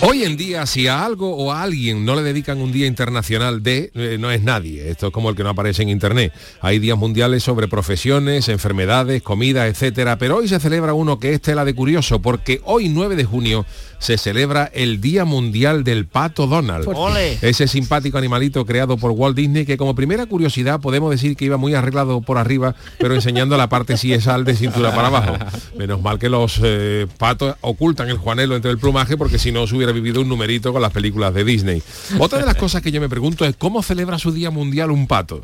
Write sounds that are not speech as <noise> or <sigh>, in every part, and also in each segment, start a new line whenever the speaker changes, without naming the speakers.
Hoy en día, si a algo o a alguien no le dedican un día internacional de, eh, no es nadie. Esto es como el que no aparece en internet. Hay días mundiales sobre profesiones, enfermedades, comidas, etcétera. Pero hoy se celebra uno que es tela de curioso, porque hoy 9 de junio se celebra el Día Mundial del Pato Donald.
Ole.
Ese simpático animalito creado por Walt Disney que como primera curiosidad podemos decir que iba muy arreglado por arriba, pero enseñando la parte si es al de cintura para abajo. <laughs> Menos mal que los eh, patos ocultan el juanelo entre el plumaje porque si no se hubiera vivido un numerito con las películas de Disney. Otra de las cosas que yo me pregunto es cómo celebra su Día Mundial un pato.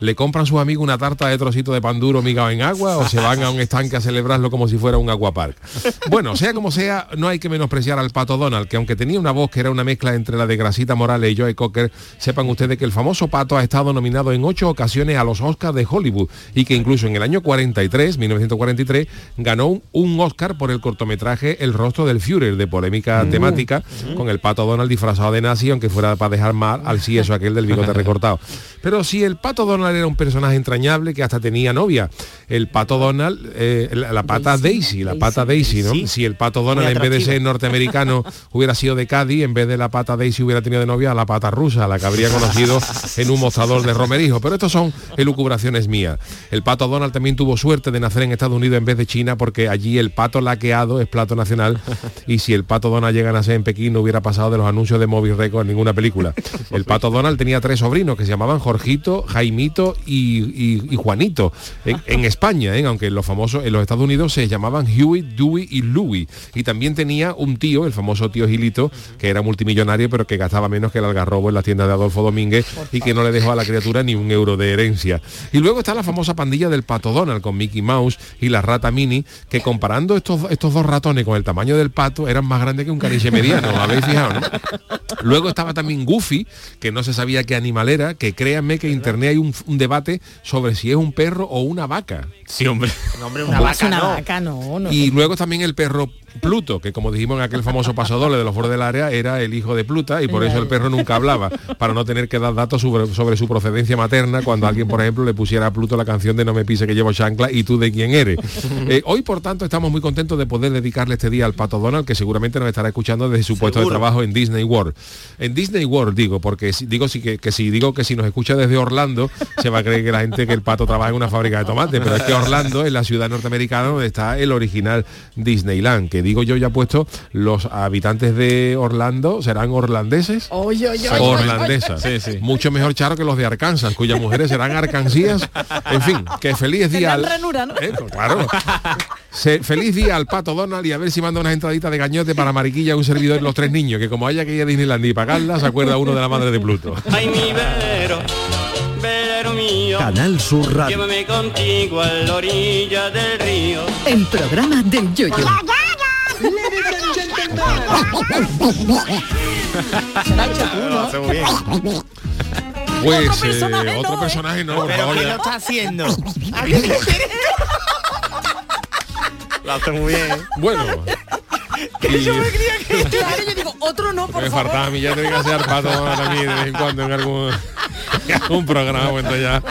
¿Le compran sus amigos una tarta de trocito de pan duro migado en agua o se van a un estanque a celebrarlo como si fuera un aguapark? Bueno, sea como sea, no hay que menospreciar al pato Donald, que aunque tenía una voz que era una mezcla entre la de Grasita Morales y Joey Cocker, sepan ustedes que el famoso pato ha estado nominado en ocho ocasiones a los Oscars de Hollywood y que incluso en el año 43, 1943, ganó un- un Oscar por el cortometraje El rostro del Führer de polémica temática con el pato Donald disfrazado de nazi, aunque fuera para dejar mal al sí eso aquel del <laughs> bigote recortado. Pero si el pato Donald era un personaje entrañable que hasta tenía novia, el pato Donald, eh, la, la pata Daisy, la pata Daisy, ¿no? Si el pato Donald
Muy
en vez de
atractiva.
ser <laughs> norteamericano hubiera sido de Cádiz, en vez de la pata Daisy hubiera tenido de novia a la pata rusa, la que habría conocido en un mostrador de romerijo. Pero estos son elucubraciones mías. El pato Donald también tuvo suerte de nacer en Estados Unidos en vez de China porque allí el pato laqueado es plato nacional y si el pato Donald llega a nacer en Pekín no hubiera pasado de los anuncios de Moby Record en ninguna película. El pato Donald tenía tres sobrinos que se llamaban Jorgito, Jaimito y, y- y Juanito. En, en España, ¿eh? aunque los famosos en los Estados Unidos se llamaban Huey, Dewey y Louie. Y también tenía un tío, el famoso tío Gilito, que era multimillonario pero que gastaba menos que el algarrobo en la tienda de Adolfo Domínguez y que no le dejó a la criatura ni un euro de herencia. Y luego está la famosa pandilla del pato Donald con Mickey Mouse y la rata Mini, que comparando estos, estos dos ratones con el tamaño del pato eran más grandes que un caniche mediano. ¿Habéis fijado, no? Luego estaba también Goofy, que no se sabía qué animal era, que créanme que en internet hay un, un debate sobre si es un perro o una vaca. Sí, hombre.
Pues Una vaca, no. vaca, no, no.
Y luego también el perro Pluto, que como dijimos en aquel famoso pasadole de los bordes del área, era el hijo de Pluta y por eso el perro nunca hablaba, para no tener que dar datos sobre, sobre su procedencia materna cuando alguien, por ejemplo, le pusiera a Pluto la canción de No me pise que llevo chancla y tú de quién eres. Eh, hoy, por tanto, estamos muy contentos de poder dedicarle este día al Pato Donald, que seguramente nos estará escuchando desde su puesto de
Seguro.
trabajo en Disney World. En Disney World digo, porque si- digo si que, que si digo que si nos escucha desde Orlando, se va a creer que la gente que el pato trabaja en una fábrica de tomates, pero es que Orlando es la ciudad norteamericana donde está el original Disneyland, que digo yo ya puesto, los habitantes de Orlando serán orlandeses.
Oye, oye, oye,
Orlandesas. Mucho mejor charo que los de Arkansas, cuyas mujeres serán arcansías. En fin, que feliz día.
Tendrán
al-
ranura, ¿no?
Eh, pues claro. Se- feliz día al pato Donald y a ver si manda unas entraditas de gañote para Mariquilla un servidor y los tres niños, que como haya que ir a Disneyland y pagarlas, se acuerda uno de la madre de Pluto.
Ay, mi velero, velero mío,
Canal Sur
llévame contigo a la orilla del río.
El programa del yoyo.
<laughs>
<laughs>
Pues
Otro
eh,
personaje no,
otro
¿eh?
personaje no, por
Pero
favor.
¿qué
ya.
lo está haciendo?
Lo hace muy bien. Bueno. Y
Claro, yo digo, otro no, por
me
favor.
faltaba a mí, ya tenía que hacer pato Donald a mí de vez en cuando en algún, en algún programa, bueno, ya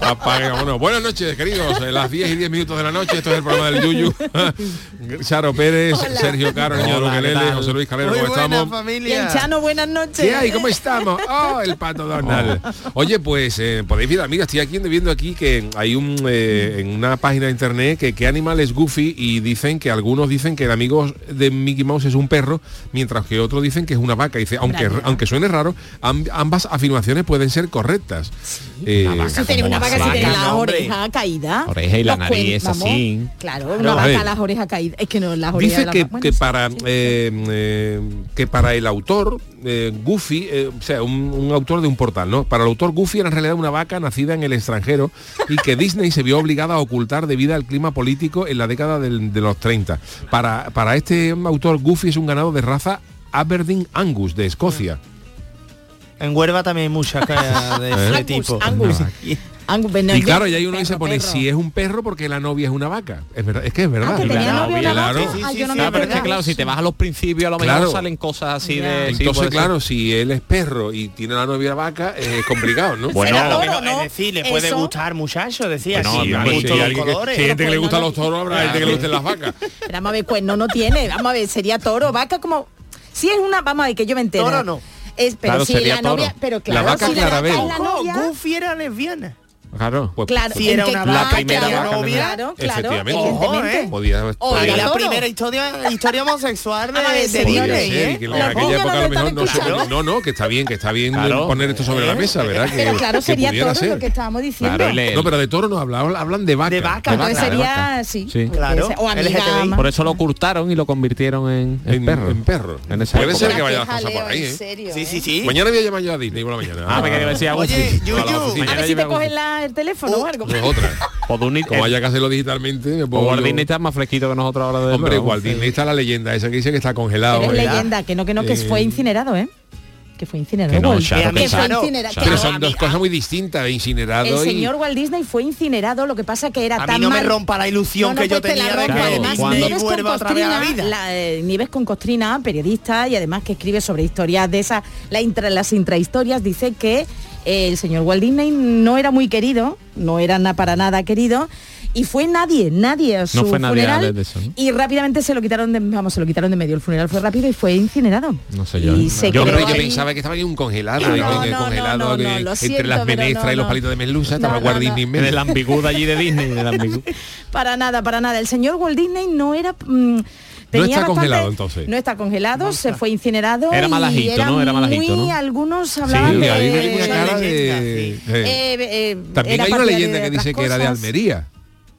apague, vámonos. Buenas noches, queridos. eh, Las 10 y 10 minutos de la noche, esto es el programa del Yuyu. <laughs> Charo Pérez, Sergio Caro, el niño de
Hola, ¿qué
Luquelele,
tal?
José Luis Calero,
Muy
¿cómo
buena
estamos?
Bien, Chano, buenas noches.
¿Qué hay? ¿Cómo estamos? Oh, el pato Donald. Oye, pues eh, podéis ver, mira, estoy aquí viendo aquí que hay un eh, en una página de internet que qué animal es Goofy y dicen que algunos dicen que el amigo de Mickey Mouse es un perro, mientras que otros dicen que es una vaca. Y dice, aunque
Una vaca.
aunque suene raro, am- ambas afirmaciones pueden ser correctas. Eh,
Si tenemos una vaca si tiene
vaca,
las
no, hombre.
orejas caídas.
Oreja y la
los cuen-
nariz,
vamos,
así.
Claro,
No,
una
a ver.
vaca las orejas caídas. Es que no, las orejas de
Dice
la
que,
vaca- bueno,
que
sí,
para
sí.
eh, eh, que para el autor eh, Goofy, eh, o sea, un, un autor de un portal, ¿no? Para el autor Goofy era en realidad una vaca nacida en el extranjero
<laughs>
y que Disney se vio obligada a ocultar debido al clima político en la década del- de los 30. Para, para este autor Goofy es un ganado de raza Aberdeen Angus de Escocia.
En Huelva también hay muchas que-
<laughs>
de
Angus,
ese tipo.
<laughs> Angus. Angus, bueno,
y
yo-
claro, y ahí uno dice,
perro,
pone,
perro.
si es un perro porque la novia es una vaca. Es verdad, es que es verdad.
Ah, que tenía
Claro,
novio la
claro.
vaca. Ah, yo no
Sí, sí,
me
Ah, pero
sí,
es que
acordaba.
claro, si te vas a los principios, a lo mejor
Claro.
salen cosas así
Ya.
de... sí,
Entonces,
puede ser.
claro, si él es perro y tiene la novia vaca, eh, es complicado, ¿no?
Bueno,
Era
Toro,
pero,
¿no?
Es decir, le puede
Eso.
gustar muchacho, decía.
Bueno,
sí,
hombre,
me
pues,
gustan
sí,
los
alguien que-
colores.
si hay gente que le
Bueno,
gustan
no-
los toros, habrá gente que le gusten las vacas.
Pero vamos a ver, pues no, no tiene. Vamos a ver, sería toro, vaca como. Si es una, vamos a ver, que yo me entero.
Toro no.
Es, pero
Claro,
si
sería
la
toro.
novia, pero
La
claro,
vaca
si
Clarabel.
es la
Ojo,
novia,
Goofy era lesbiana.
Claro.
Pues,
claro,
si
¿en
era
qué
una
clava-
vaca,
primera
claro,
vaca también.
claro, claro,
Efectivamente.
evidentemente.
Ojo,
podía haber-
O
Ahí
era
la
toro.
primera historia, historia homosexual
Ah,
de, de
sería
podía
Disney,
ser,
¿eh?
y que en
La
aquella
polla
época a
no
lo
lo
mejor
están
no se-
escuchando.
no, no, que está bien, que está bien
Claro.
poner esto sobre la mesa, ¿verdad? Que,
¿Eh? Pero claro,
que
sería
pudiera
toro lo
ser.
que estábamos diciendo.
Claro, el-
No, pero de toro no hablan, hablan de vaca.
De vaca,
Entonces
vaca,
sería
vaca.
sí.
Sí.
porque
Claro,
se- O amiga.
LGTBI.
ama.
Por eso lo ocultaron y lo convirtieron en, en
En
perro.
perro. En perro.
En esa
Puede
época.
ser que
Una
vaya las
queja,
cosas por
Leo,
ahí,
en
¿eh?
serio,
Sí,
¿eh?
sí, sí.
Mañana voy a llamar yo a Disney por la mañana.
Ah, me quería decir algo.
Oye,
A la
Yuyu,
oficina.
A ver si te cogen la- el teléfono o algo.
No es otra.
O de un-
Como haya que hacerlo digitalmente, me
o
puedo
Walt
yo-
Disney está más fresquito que nosotros ahora de
Hombre,
nuevo.
igual Disney está la leyenda esa que dice que está congelado.
Eres
¿verdad?
leyenda, que no, que no, que
Eh,
fue incinerado, ¿eh? Que fue incinerado.
Que no,
Walt-
Charo,
que fue
Charo,
incinerado.
Charo.
que
Pero
no,
son dos cosas muy distintas, incinerado
El
y...
señor Walt Disney fue incinerado, lo que pasa que era
A
tan
mí no me
mal-
rompa la ilusión
No, no,
que yo
pues te la
tenía de
rompa.
Claro,
que
Además,
cuando-
Disney
Nieves con
vuelva otra vez a la
Costrina,
vida.
la, eh, Nieves con Costrina, periodista y además que escribe sobre historias de esas, la intra- las intrahistorias, dice que eh, el señor Walt Disney no era muy querido, no era na- para nada querido. Y fue nadie, nadie a su
No fue nadie
funeral
antes de eso, ¿no?
y rápidamente se lo quitaron de, vamos, se lo quitaron de medio. El funeral fue rápido y fue incinerado.
No sé yo.
Y se
Yo,
creó
hombre, yo
ahí-
pensaba que estaba en un congelado,
No,
en
no,
el
no,
congelado
no, no,
que-
no, lo
entre
siento,
las
pero
menestras
no,
y los
no.
palitos de merluza,
No,
estaba
no,
Walt
no.
Disney en medio.
De la ambigüedad allí de Disney. de la ambigüedad.
Para nada, para nada. El señor Walt Disney no era... mm, tenía
No está
bastante-
congelado, entonces.
No está congelado, se fue incinerado.
Era
y
malajito,
era
¿no? Era malajito,
muy-
¿no?
Algunos
Sí,
hablaban
ahí
de...
hay una
eh,
cara de...
leyenda,
eh.
Eh, eh,
También
era
hay una
partidario de
leyenda que
otras
dice que era de
cosas.
Almería.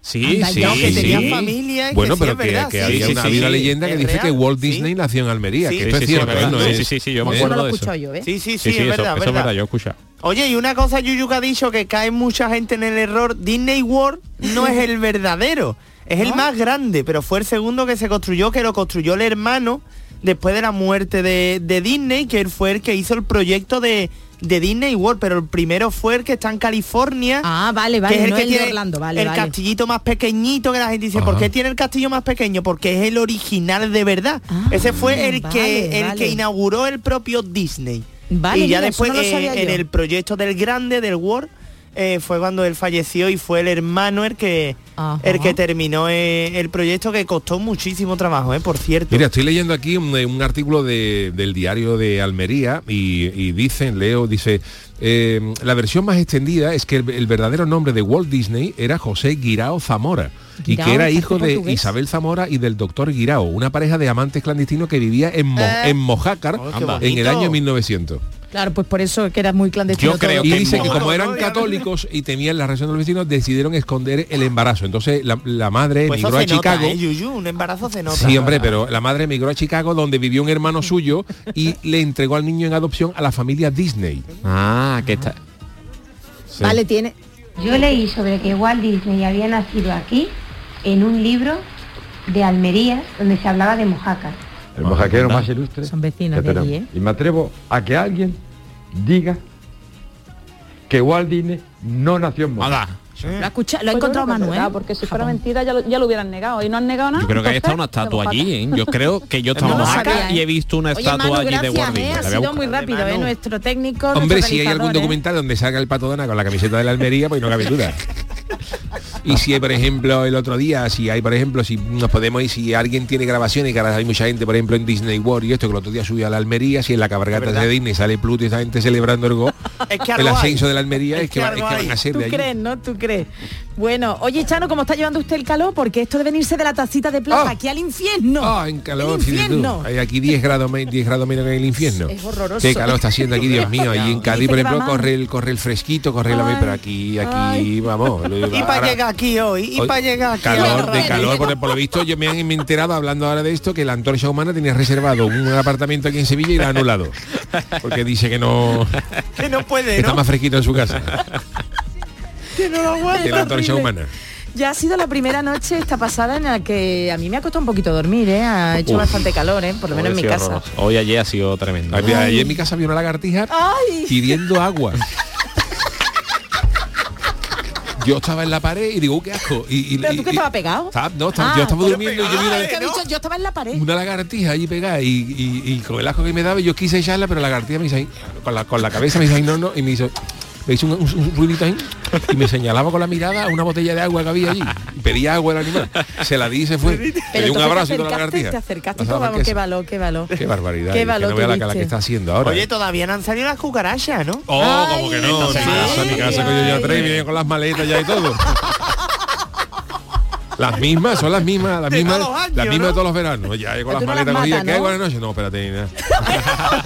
Sí,
Anda,
sí,
yo,
que tenía
sí.
familia y
Bueno,
que sí,
pero
es
que,
verdad,
que
sí,
había,
sí,
una,
sí,
había una
sí,
leyenda que
es
dice que
real,
Walt
sí.
Disney nació en Almería,
Sí,
que
Sí,
esto
sí,
es
sí,
cierto,
es
¿eh? no
verdad.
es-
Sí, sí, sí, sí, yo me
¿eh?
Eso no
acuerdo
lo
de
he
eso.
escuchado yo, ¿eh?
Sí,
Sí,
sí, sí,
sí,
es
eso
verdad,
eso es verdad,
verdad.
yo he escuchado.
Oye, y una cosa, Yuyu, que ha dicho que cae mucha gente en el error, Disney World no es el verdadero, es el más grande, pero fue el segundo que se construyó, que lo construyó el hermano después de la muerte de, de Disney, que él fue el que hizo el proyecto de, de Disney World, pero el primero fue el que está en California.
Ah, vale, vale,
que
no
que
el de
tiene
Orlando, vale,
el
vale. Ah.
castillito más pequeñito que la gente dice, ¿por qué tiene el castillo más pequeño? Porque es el original de verdad.
Ah,
Ese fue el
vale,
que el
vale.
que inauguró el propio Disney.
Vale,
y
mira,
ya
eso
después
no lo
eh,
sabía
en
yo.
el proyecto del grande del World eh, fue cuando él falleció y fue el hermano el que
Ajá.
el que terminó eh, el proyecto que costó muchísimo trabajo, eh, por cierto.
Mira, estoy leyendo aquí un, eh, un artículo de- del diario de Almería y, y dicen, leo, dice, eh, la versión más extendida es que el, el verdadero nombre de Walt Disney era José Guirao Zamora y
Guirao,
que era
parece
hijo de
portugués.
Isabel Zamora y del doctor Guirao, una pareja de amantes clandestinos que vivía en, Mo-
Ah.
en Mojácar
Oh, qué
anda,
bonito.
en el año 1900.
Claro, pues por eso que era muy clandestino.
Yo
todo.
creo
Y
que
dice que
Mojácar.
como eran católicos y temían la reacción de los vecinos, decidieron esconder el embarazo. Entonces la, la madre
Pues eso
emigró
se
a Chicago.
nota, eh, Yuyu, un embarazo se nota.
Sí, hombre, pero la madre emigró a Chicago donde vivió
<laughs>
un hermano suyo y le entregó al niño en adopción a la familia Disney.
Ah, que está...
Vale, tiene...
Yo leí sobre que Walt Disney había nacido aquí en un libro de Almería donde se hablaba de Mojácar.
El mojaquero más ilustre.
Son vecinos
que
de allí, ¿eh?
tenemos. Y me atrevo a que alguien diga que Walt Disney no nació en Mojácar.
Anda,
¿eh?
Lo ha, escuchado, lo ha encontrado Manuel.
Porque si fuera mentira ya lo, ya lo hubieran negado y no han negado nada.
yo creo que ahí está una
entonces,
estatua
de
allí, ¿eh? Yo creo
<laughs>
que yo estaba
No lo
en Oaxaca
sabía, ¿eh?
y he visto una
Oye,
estatua
Manu,
allí de
gracias,
Walt
¿eh?
Disney.
Ha
La voy a
sido muy
buscar.
rápido, ¿eh?
Manu.
Nuestro técnico,
Hombre,
nuestro
si hay algún
realizador, ¿eh?
documental donde salga el pato Dana con la camiseta de la Almería, pues no cabe duda. Y si, por ejemplo, el otro día, si hay, por ejemplo, si nos podemos ir, si alguien tiene grabaciones, que ahora hay mucha gente, por ejemplo, en Disney World y esto, que el otro día subí a la Almería, si en la cabalgata
verdad.
de Disney sale Pluto y esta gente celebrando el go,
Es que
el
algo hay.
ascenso de la Almería, es, que, va- es
algo
que
hay.
van a ser
¿Tú
de allí.
crees, no? ¿Tú crees? Bueno, oye, Chano, ¿cómo está llevando usted el calor? Porque esto de venirse de la tacita de plata
Ah.
aquí al infierno.
Ah, en calor,
¡El
fíjate tú.
infierno!
Hay aquí 10 grados, me- 10 grados menos que en el infierno.
Es horroroso.
Qué calor está haciendo aquí, Dios mío. Allí en Cádiz, por
que va
ejemplo,
mal.
corre el, corre el fresquito, corre la
Ay,
pero aquí, aquí,
ay.
vamos. lo-
Y para
ahora-
llegar aquí hoy, y
hoy-
para llegar aquí
calor,
ahora.
de calor, por, por lo visto yo me han me he enterado hablando ahora de esto que la antorcha humana tenía reservado un apartamento aquí en Sevilla y la ha anulado. Porque dice que
<laughs>
no
Que no
que
puede,
está
¿no?
más fresquito en su casa.
Que no lo aguanta.
que la antorcha
horrible.
humana.
Ya ha sido la primera noche esta pasada en la que a mí me ha costado un poquito dormir, ¿eh? Ha hecho
Uf.
bastante calor, ¿eh? Por lo menos en mi
Hoy ha
casa.
sido horroroso. Hoy ayer ha sido tremendo.
Ayer ayer en mi casa había una lagartija
Ay.
pidiendo
<laughs>
agua. Yo estaba en la pared y digo, "Uh, qué asco. Y, y-
¿Pero tú
y-
que
y-
estabas pegado?
Estaba- no, estaba- yo
Ah,
estaba
pero
durmiendo y yo vi
Ah,
una,
es que ha dicho, yo estaba en la pared.
una lagartija allí pegada y, y- y con el asco que me daba yo quise echarla, pero la lagartija me hizo ahí, con la, con la cabeza me hizo ahí, no, no, y me hizo, me hizo un, un- un ruidito ahí y me señalaba con la mirada una botella de agua que había allí. Pedía agua al animal. Se la di y se fue. Le
Pero
di un
entonces
abrazo
te
y toda
acercaste,
la lagartija.
te acercaste y todo,
Pasaba
vamos, qué
marquesa.
valor, qué valor.
Qué barbaridad.
Qué
es que
valor
no vea la, la que
tuviste.
está haciendo ahora.
Oye,
¿eh?
todavía no han salido las cucarachas, ¿no?
Oh,
Ay,
como que no, mi
entonces
casa,
sí.
mi casa, que yo ya
Ay.
tres vienen con las maletas ya y todo. Las mismas, son las mismas, las
De
mismas,
todos los años,
las mismas de
¿no?
todos los veranos. Ya con
Pero tú no
las
las
maletas cogidas,
matas,
¿qué hay
¿no?
buena noche? No, espérate, ni nada.
Ah,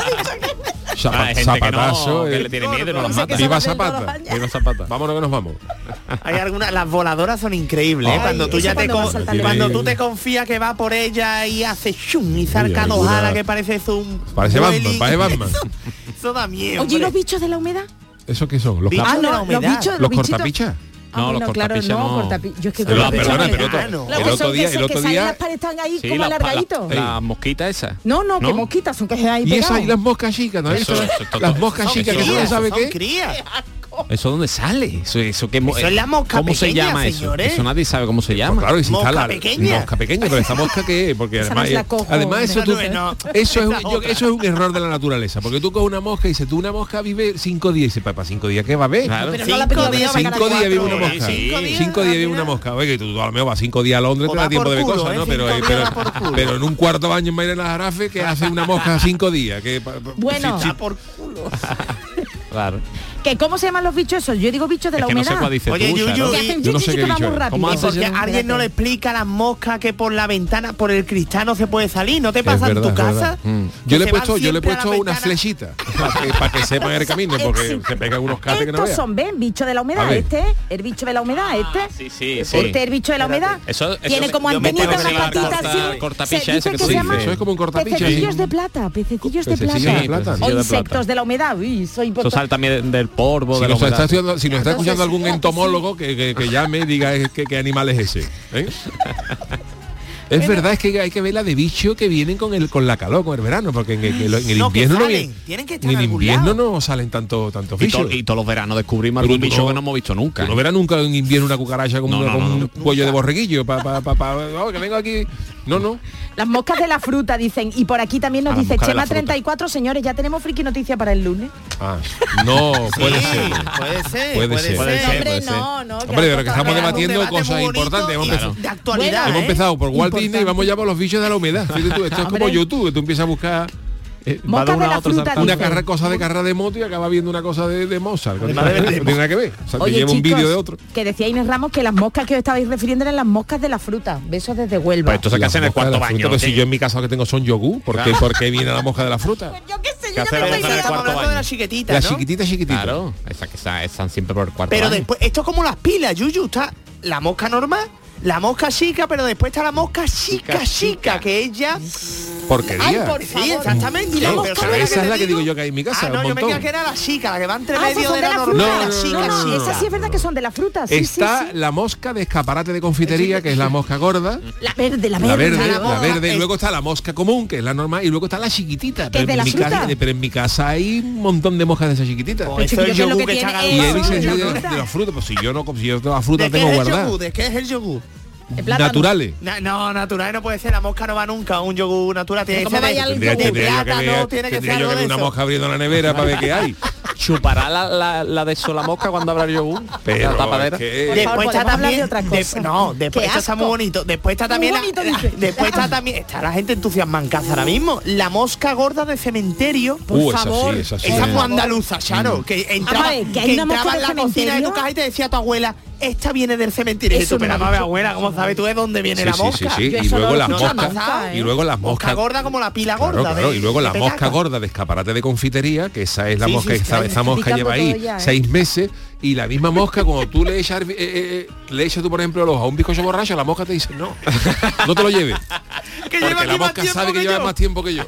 Zapa-
Ah,
hay gente que no,
Zapatazo.
que
eh.
le tiene miedo y no las
Dice
mata.
que
Viva
se hacen todos los
Zapata.
años.
Viva Zapata.
Vámonos que nos vamos. Oh.
Hay algunas, las voladoras son increíbles, ¿eh?
Ay,
Cuando tú
eso
ya te
cuando va
con-
saltando.
cuando tú te confías que va por ella y hace shum y zarca dos
alguna-
alas que parece un
Parece Batman,
vueling.
parece Batman.
Eso da miedo.
Oye, ¿y los
hombre.
bichos de la humedad?
¿Eso qué son? Los,
Bicho
cap-
de la humedad.
bichos,
los
bichitos-
cortapichas.
Ah,
No, los
bueno, claro,
cortapichas
no,
no.
cortapi- Yo es que con
Pero-
los bichos
perdona,
me
pero otro-
gano.
el
Los que
otro
son
día-
que
el
se-
otro
que salen
día-
las paredes están ahí
Sí,
como
la- la-
alargaditos.
La, mosquita esa.
No, no, que
¿No?
mosquitas son que se ahí
Y eso
pegados.
hay las moscas chicas, ¿no?
Eso,
Eso-
eso, todo.
las moscas
Son
chicas que
crías,
tú no
Crías,
sabes
son
qué.
crías.
¿Eso dónde sale? Eso, eso, que, mo-
Eso es la mosca
¿Cómo se
pequeña,
llama
señores.
eso? Eso nadie sabe cómo se
Pues
llama.
claro, y si
Mosca
está la-
pequeña.
Mosca pequeña, pero esta mosca que es, porque
Esa
además,
más la cojo,
además eso,
hombre.
tú-
Esa no es, no.
eso, es,
Esa
un- yo-
otra.
eso es un error de la naturaleza, porque tú con una mosca y dices, tú una mosca vive cinco días, y dices, para cinco días, ¿qué va a ver?
Claro.
Pero no la
Cinco
película
días,
que
Cinco
sacan a
días vive una
cuatro.
mosca.
Sí.
Cinco días, vive una mosca. Oye, que tú a lo mejor vas cinco días a Londres,
O
te da
va
tiempo
por
de ver
culo,
cosas,
¿eh?
¿no? Pero,
Cinco
eh,
días va
pero-
por culo.
pero en un cuarto baño en Mairena Jarafe, que hace una mosca cinco días? Que, pa- pa-
Bueno.
sí, sí.
Ah, por culo.
Claro.
¿Que ¿Cómo se llaman los bichos esos? Yo digo bichos de
Es
la
que no sé
humedad.
cuál dice
Oye,
tú,
Yuyu,
Charo.
que hacen
Yo no
chichi
sé
que
qué
va
bicho
muy
es.
rápido.
¿Cómo hace
Porque
Porque alguien no le explica a las moscas que por la ventana, por el cristal no se puede salir. ¿No te pasa
verdad,
en
es
tu casa?
verdad. Mm. Yo
Que
le he
se van
puesto, yo le he
siempre a la
puesto una
ventana.
flechita para que, pa' que sepan el camino, porque
Exi-
se pegan unos cates que no
Estos
veas.
son, ¿ven? Bicho de la
A
humedad.
ver.
Este, el bicho de la
Ah,
humedad, este.
sí, sí,
Este,
sí.
el bicho de la humedad.
Eso- eso-
Tiene como
yo me
antenita
puedo
una
llegar a
patita
cortar-
así.
cortapicha
Se dice
ese que tú
se
dices.
llama
Eso es como un cortapicha,
Pececillos
sí.
de plata, pececillos de
Pececillos
plata.
de plata.
O
Pececillos de
insectos
plata.
de la humedad. Uy, soy
Eso sale también del polvo,
Si
de la
nos, está
humedad.
estudiando- si nos
Entonces,
está escuchando algún
sí.
entomólogo que, que- que llame y diga eh, qué qué animal es ese. ¿eh? Es verdad, es que hay que ver la de bicho que vienen con el con la calor, con el verano, porque en el, en el
No, que
invierno no
salen,
vienen.
tienen que estar
En el
en algún
invierno
lado.
no salen tanto tantos
Y,
bichos.
to- y todos los veranos descubrimos
Pero
algún
tú
bicho
no-
que no hemos visto nunca.
Tú no verás nunca en invierno una cucaracha con,
No,
una-
no,
con
no,
un
no.
cuello de borreguillo pa, pa, pa, pa- oh, que vengo aquí. No, no.
Las moscas de la fruta dicen, y por aquí también
A
nos
las
dice
moscas de la
Chema
fruta.
34, señores, ya tenemos friki noticia para el lunes.
Ah, no, puede
Sí,
ser.
Puede ser.
Puede
Puede
ser.
ser.
Puede
No,
ser,
hombre,
puede ser.
no, no. que
Hombre, pero
hay
que estamos
otra-
debatiendo
Un debate
cosas
muy bonito
importantes, hemos
y
empezado.
De actualidad.
Bueno,
Hemos
¿eh?
empezado por Walt
Importante.
Disney y vamos ya por los bichos de la humedad. Fíjate tú, esto es como
Hombre.
YouTube, que tú empiezas a buscar
Eh, va
Moscas
de
de
una
la
a otra
fruta,
saltando.
una
dice.
carrera cosa de carrera de moto y acaba viendo una cosa de, de Mozart. que No
Madre
tiene
de
no tiene nada que ver. O sea, te
Oye,
lleva un
chicos,
vídeo de otro.
que decía Inés Ramos que las moscas que os estabais refiriendo eran las moscas de la fruta. Besos desde Huelva.
Pues entonces, ¿qué
Las
hacen en el
moscas de
cuarto
la fruta,
baño?
Pero
¿Qué?
si yo en mi casa lo que tengo son yogur, ¿por qué,
Claro.
por qué viene la mosca de la fruta?
Yo qué sé,
¿Qué
yo no
hace
me lo
la mosca
Pero
en el
pensaba.
estamos
cuarto
hablando de
baño?
la chiquitita,
La
¿no?
chiquitita, chiquitita.
Claro, esa que
eh,
está- están siempre por el cuarto
Pero
baño.
después, esto es como las pilas, Yuyu. Está la mosca normal, la mosca chica, pero después está la mosca chica, chica, que es ya...
Porquería.
Ay, por
Sí, exactamente. y
Sí,
la
pero
mosca
esa
normal
es la
te
que digo
digo
yo que hay en mi casa,
Ah, no,
un
yo me
montón.
creía que era la chica, la que va entre
Ah, esas
medio
son
de
de
la
la
normal.
fruta.
No,
la
no,
chica,
no, no,
chica.
Esas sí es verdad que son de la fruta. Sí,
Está
sí, sí.
la mosca de escaparate de confitería, que es la mosca gorda.
La verde, la verde.
La verde,
la
la
mosca.
verde, y
Es-
luego está la mosca común, que es la normal, y luego está la chiquitita.
Que es de
en
la
mi
fruta.
casa, eh, pero en mi casa hay un montón de moscas de esas chiquititas.
Pues
Chiquillo, que
eso es el
es lo
yogur
que
que
tiene
chaga
Y
eso,
él dice
es
de,
la
de
fruta.
la fruta, pues si yo no com- si yo la fruta
¿De qué
tengo
es el
guardada.
yogur? ¿De qué es el yogur?
El plátano.
Naturales.
Na- no, natural no puede ser. La mosca no va nunca. Un yogur natural tiene que
¿Cómo
ser de,
vaya el
de
yogur?
Tendría yo que
plátano.
ver-
tiene que
tendría
ser
yo
algo
que
de
ver una
eso. <laughs>
mosca abriendo la nevera para ver qué hay.
chupará la, la, la de Solamosca cuando habrá el yogur.
Pero
la tapadera.
es que-
Por favor,
Después Pues está
podemos hablar de
también.
otra
de-
cosa.
no, después
Qué
está, está
asco.
muy bonito. Después está
Muy
también. la-
bonito,
la-
dice.
después está también. Está la gente entusiasma en casa ahora mismo. La mosca gorda de cementerio.
Por
Uh, esa sí,
favor. Mm.
esa sí. Mm.
Esa
Eh.
muy andaluza, Charo, que entraba,
Vamos a ver, que hay
que
una mosca
entraba en
del
la cocina de
cementerio.
tu casa y te decía tu abuela, esta viene del cementerio.
Eso
y tú,
no me
pero vamos a ver,
gusta.
abuela, ¿cómo sabes tú de dónde viene la mosca?
Sí, sí,
Yo
sí. Y
eso no
luego
lo
las
escuchaba
moscas.
nunca, ¿eh?
Y luego las
Mosca
moscas.
gorda como la pila
Claro,
gorda. ¿eh? de-
claro, Y luego
de
la
petaca.
mosca gorda de escaparate de confitería, que esa es la
Sí,
mosca,
sí, sí,
esa,
me
esa
está
mosca
picando
lleva ahí
todo ya, ¿eh?
seis meses y la misma mosca, cuando tú le echas, eh, eh, le echas tú, por ejemplo, el ojo a un bizcocho borracho, la mosca te dice, no, no te lo lleves.
<laughs> Que lleva aquí
Porque la
más
mosca
tiempo
sabe que
que
lleva
yo.
más tiempo
<laughs>
que yo.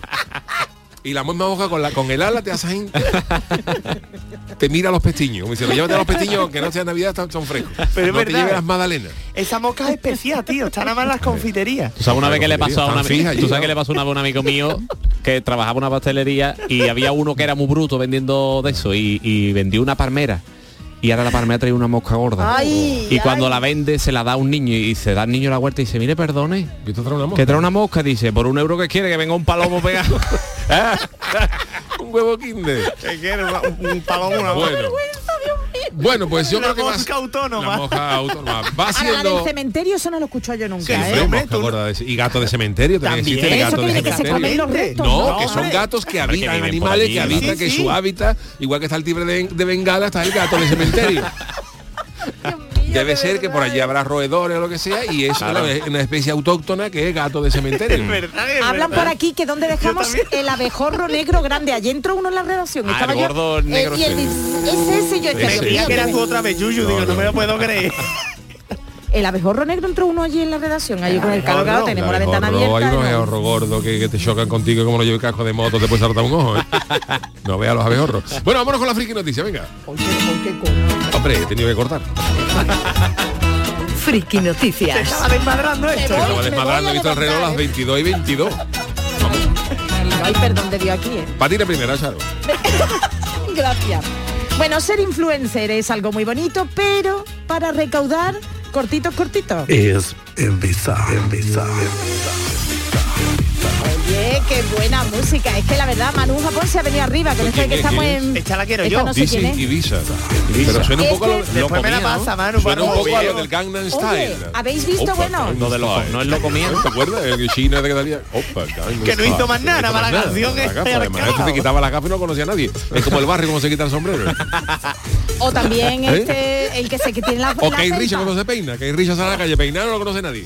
Y la misma mosca con, la, con el ala te hace ahí, te mira los pestiños, como diciendo, llévate los pestiños, que no sea Navidad, están- son frescos.
Pero es
no te
verdad.
lleves las magdalenas.
Esa mosca es especial, tío. Está nada más en
<laughs>
las confiterías.
Tú sabes una vez que le pasó a una
Tan fija allí,
¿Tú sabes
¿no?
que le pasó una vez a un amigo mío que trabajaba en una pastelería y había uno que era muy bruto vendiendo de eso y, y vendió una palmera. Y ahora la palmera trae una mosca gorda.
Ay, <laughs>
y cuando
ay.
la vende se la da a un niño y se da al niño la huerta y dice, mire, perdone,
Que te trae una mosca.
que trae una mosca, dice, por un euro que quiere que venga un palomo
<laughs>
pegado. Ah,
Un huevo kinder.
Un palomo, una
Bueno. Bueno, pues yo
La
creo que va-
mosca autónoma.
La mosca autónoma.
<laughs>
Va
Ahora, Ah, la del
siendo.
cementerio, eso no lo escucho yo nunca,
Sí,
¿eh?
hombre,
hombre,
mosca
tú-
gorda de- Y gato de cementerio también,
También.
existe el
Eso
gato
que
de
dice que se
cementerio.
comen los restos,
no,
¿no?
que son
Hombre.
gatos que habitan
viven por
animales,
allí,
que
¿no?
habitan,
Sí,
que
sí.
su hábitat, igual que está el tigre de, de Bengala, está el gato de cementerio.
<laughs>
Debe ser que por allí habrá roedores o lo que sea, y es una, una especie autóctona que es gato de cementerio.
<laughs> Es verdad, es
Hablan
verdad.
por aquí que donde dejamos
también.
el abejorro negro grande. Allí entró uno en la redacción.
Ah,
estaba
el
yo,
gordo negro,
y él
sí.
dice, es ese, yo decía,
Ese.
Dios mío,
Creía que
qué
era
ve-
tú otra vez, Yuyu. digo, no, me lo puedo
<laughs>
creer.
El abejorro negro entró uno allí en la redacción. Allí con el
abejorro.
cargado tenemos la
Hay
ventana
gorro,
abierta.
Hay unos
¿no?
abejorros gordos que, que te chocan contigo como lo lleve casco de moto, te puedes saltar un
<laughs>
ojo. ¿eh? No veas los abejorros. Bueno, vámonos con la friki noticia, venga. Hombre, he tenido que cortar.
Friki Noticias.
Estaba desmadrando
eh.
esto.
Estaba desmadrando,
a
he visto el reloj a las 22 y 22.
Ay, perdón de Dios aquí, ¿eh?
Para ti la primera, Charo.
Gracias. Bueno, ser influencer es algo muy bonito, pero para recaudar, cortitos, cortitos.
Es empezar, empezar,
Oye, qué buena música. Es que la verdad, Manu Japón se ha venido arriba, que no sé
¿Quién
que
es?
estamos
¿Quién es?
en...
Esta la quiero
Esta
yo.
no sé
Dice
quién es.
Ibiza. Pero suena un
Es
poco
que-
lo, lo
Después me la
comía, ¿no?
pasa, Manu,
Suena
para
un
no
poco a lo
mover.
del Gangnam
Oye,
Style.
¿habéis visto,
Opa,
bueno?
no de los-
no es lo comía.
¿Te acuerdas? El chino de que salía, "Opa, Gangnam
Que no
Style".
hizo más nada
No hizo
para la
nada.
canción que
La gafa,
se
Además,
había
este se
acabado.
quitaba la gafa y no conocía a nadie. Es como el barrio, como se quita
<laughs>
el sombrero.
O también
<laughs>
¿Eh?
este, el que se que tiene la,
O
la
que hay
cepa.
Richa cuando se peina, que hay Richa sale a la calle peinado no lo conoce nadie.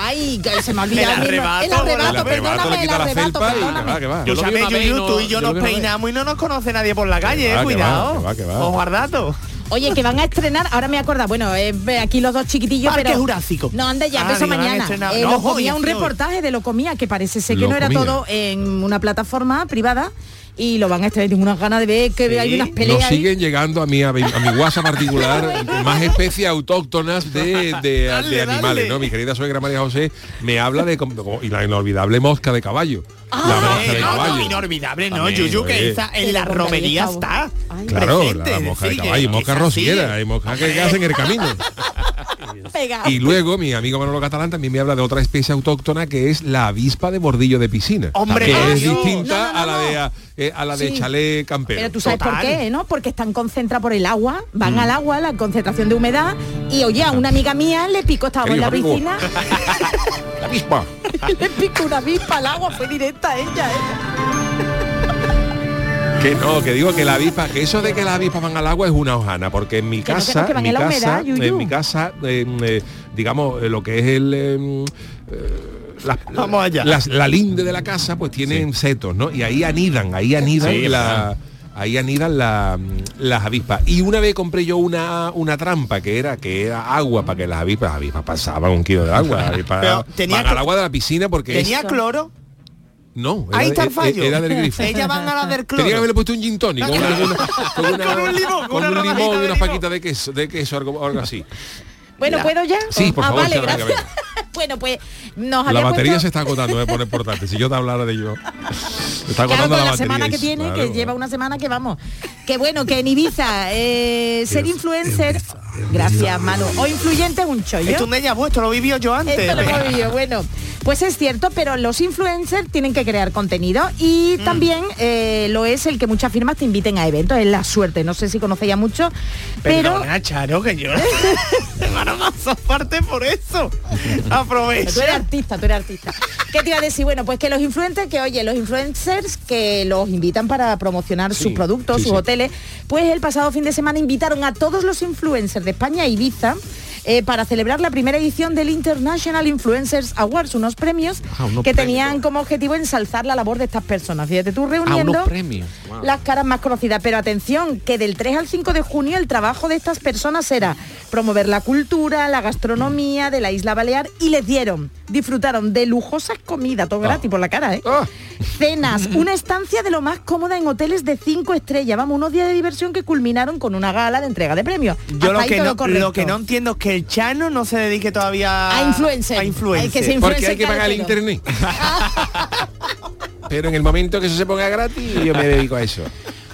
Ay, que se me ha olvidado. a
El
mí, no-
arrebato,
el
bueno,
El
arrebato,
arrebato le
perdóname, el
quita la
arrebato,
felpa y que
perdóname.
va, que va.
Yo lo vi
Escúchame,
una vez y
Yuyu,
no-
tú y yo,
yo
nos
lo vi una vez.
peinamos y no nos conoce nadie por la calle,
Que
eh,
va, que
cuidado.
va, que va, que va.
Ojo al dato.
Oye, que van a estrenar, ahora me acuerdo, bueno, eh, aquí los dos chiquitillos,
Parque
pero...
Jurásico.
No, anda ya,
Ah,
pero eso
digo, van a
mañana.
estrenar-
Eh,
No,
lo
hoy,
comía un
hoy.
reportaje de lo comía, que parece ser que
Lo
no era
comía.
todo en una plataforma privada y lo van a estrenar. Tengo unas ganas de ver que
Sí.
hay unas peleas
Nos
ahí.
siguen llegando a mi, a mi, a mi
<laughs>
WhatsApp particular más especies autóctonas de, de- de
Dale,
animales,
dale.
¿no? Mi querida suegra María José me habla de com- como- y la inolvidable mosca de caballo. la mosca de
Eh, no, no,
caballo.
inolvidable, no,
También,
Yuyu, que
oye.
esa en la
Pero con
romería
David Cabo.
está.
Ay.
Claro,
presente,
la
es
mosca
decir,
de
que-
caballo, hay
que
mosca
esa sí
rociera,
es.
hay mosca que, que hacen el camino.
<laughs> Pegado.
Y luego mi amigo Manolo Catalán también me habla de otra especie autóctona que es la avispa de bordillo de piscina.
Hombre,
que
por
es
Dios.
distinta
No, no, no,
a la de
no.
a, eh, a la de
Sí.
chalet campero.
Pero tú sabes por
Total.
qué, ¿no? Porque están concentradas por el agua, van
Mm.
al agua, la concentración de humedad, y oye, a una amiga mía le picó, estábamos en la
Querido
piscina, <laughs>
amigo. la avispa.
y le picó una avispa al agua, fue directa ella, ¿eh?
Que no, que digo que la avispa, que eso de que las avispas van al agua es una hojana, porque en mi
Que no, que
casa,
no, que van
mi
en la
casa,
humedad, Yuyu.
en mi casa, eh, eh, digamos, eh, lo que es el em, eh, las-
<laughs> Vamos allá.
las- la linde de la casa, pues tienen setos, ¿no? Y ahí anidan, ahí anidan
Sí,
la.
verdad.
Ahí anidan la- las avispas. Y una vez compré yo una, una trampa que era que era agua para que las avispas, las avispas pasaban un kilo de agua.
<laughs>
las avispas
Pero tenía
van al
que-
agua de la piscina porque es-
¿Tenía cloro?
no, era,
Ahí está el
era-
fallo.
era del grifo.
Ellas van a la del cloro.
Tenía que haberle puesto un gin tonic con, una- con una- con
<laughs>
una-
Con un limón,
con
una
un
rodajita
limón
de
y una
limón.
paquita de queso, de queso algo, algo así.
Bueno, ¿puedo ya?
Sí, por
ah,
favor,
vale,
Sara, venga,
gracias. <laughs> Bueno, pues nos
la
había
batería
puesto-
se está agotando, eh, por importante. Si yo te hablara de yo. Se está
Claro,
agotando
con
la,
la,
batería,
semana que
y-
tiene,
claro.
que lleva una semana que vamos. Que bueno, que en Ibiza, eh, ser influencer, gracias Manu, o influyente es un chollo.
Esto es un déjà vu, esto lo vivió yo antes. <laughs>
Esto lo hemos vivido, bueno. Pues es cierto, pero los influencers tienen que crear contenido y
Mm.
también eh, lo es el que muchas firmas te inviten a eventos, es la suerte, no sé si conocéis ya mucho, pero...
Perdona, Charo, que
<laughs>
yo <laughs> Hermano, más aparte por eso.
Tú eres
Aprovecha.
artista, tú eres artista. ¿Qué te iba a decir? Bueno, pues que los influencers, que oye, los influencers que los invitan para promocionar sus productos,
sí,
sus
sí.
hoteles, pues el pasado fin de semana invitaron a todos los influencers de España e Ibiza eh, para celebrar la primera edición del International Influencers Awards, unos premios
Ah, unos
que
premios. Ah,
tenían como objetivo ensalzar la labor de estas personas. Fíjate tú reuniendo
unos premios. Wow.
las caras más conocidas, pero atención, que del 3 al 5 de junio el trabajo de estas personas era promover la cultura, la gastronomía de la isla Balear y les dieron, disfrutaron de lujosas comidas,
Ah.
todo gratis por la cara, ¿eh? Cenas,
<laughs>
una estancia de lo más cómoda en hoteles de 5 estrellas, vamos, unos días de diversión que culminaron con una gala de entrega de premios.
Yo
Hasta
lo
ahí
que,
todo
no,
correcto.
lo que no entiendo es que el Chano no se dedique todavía
A influencer.
A
Hay que ser
influencer.
Porque
Influencer
hay que pagar el
cabecero.
internet.
<laughs>
Pero en el momento que eso se ponga gratis, yo me dedico a eso.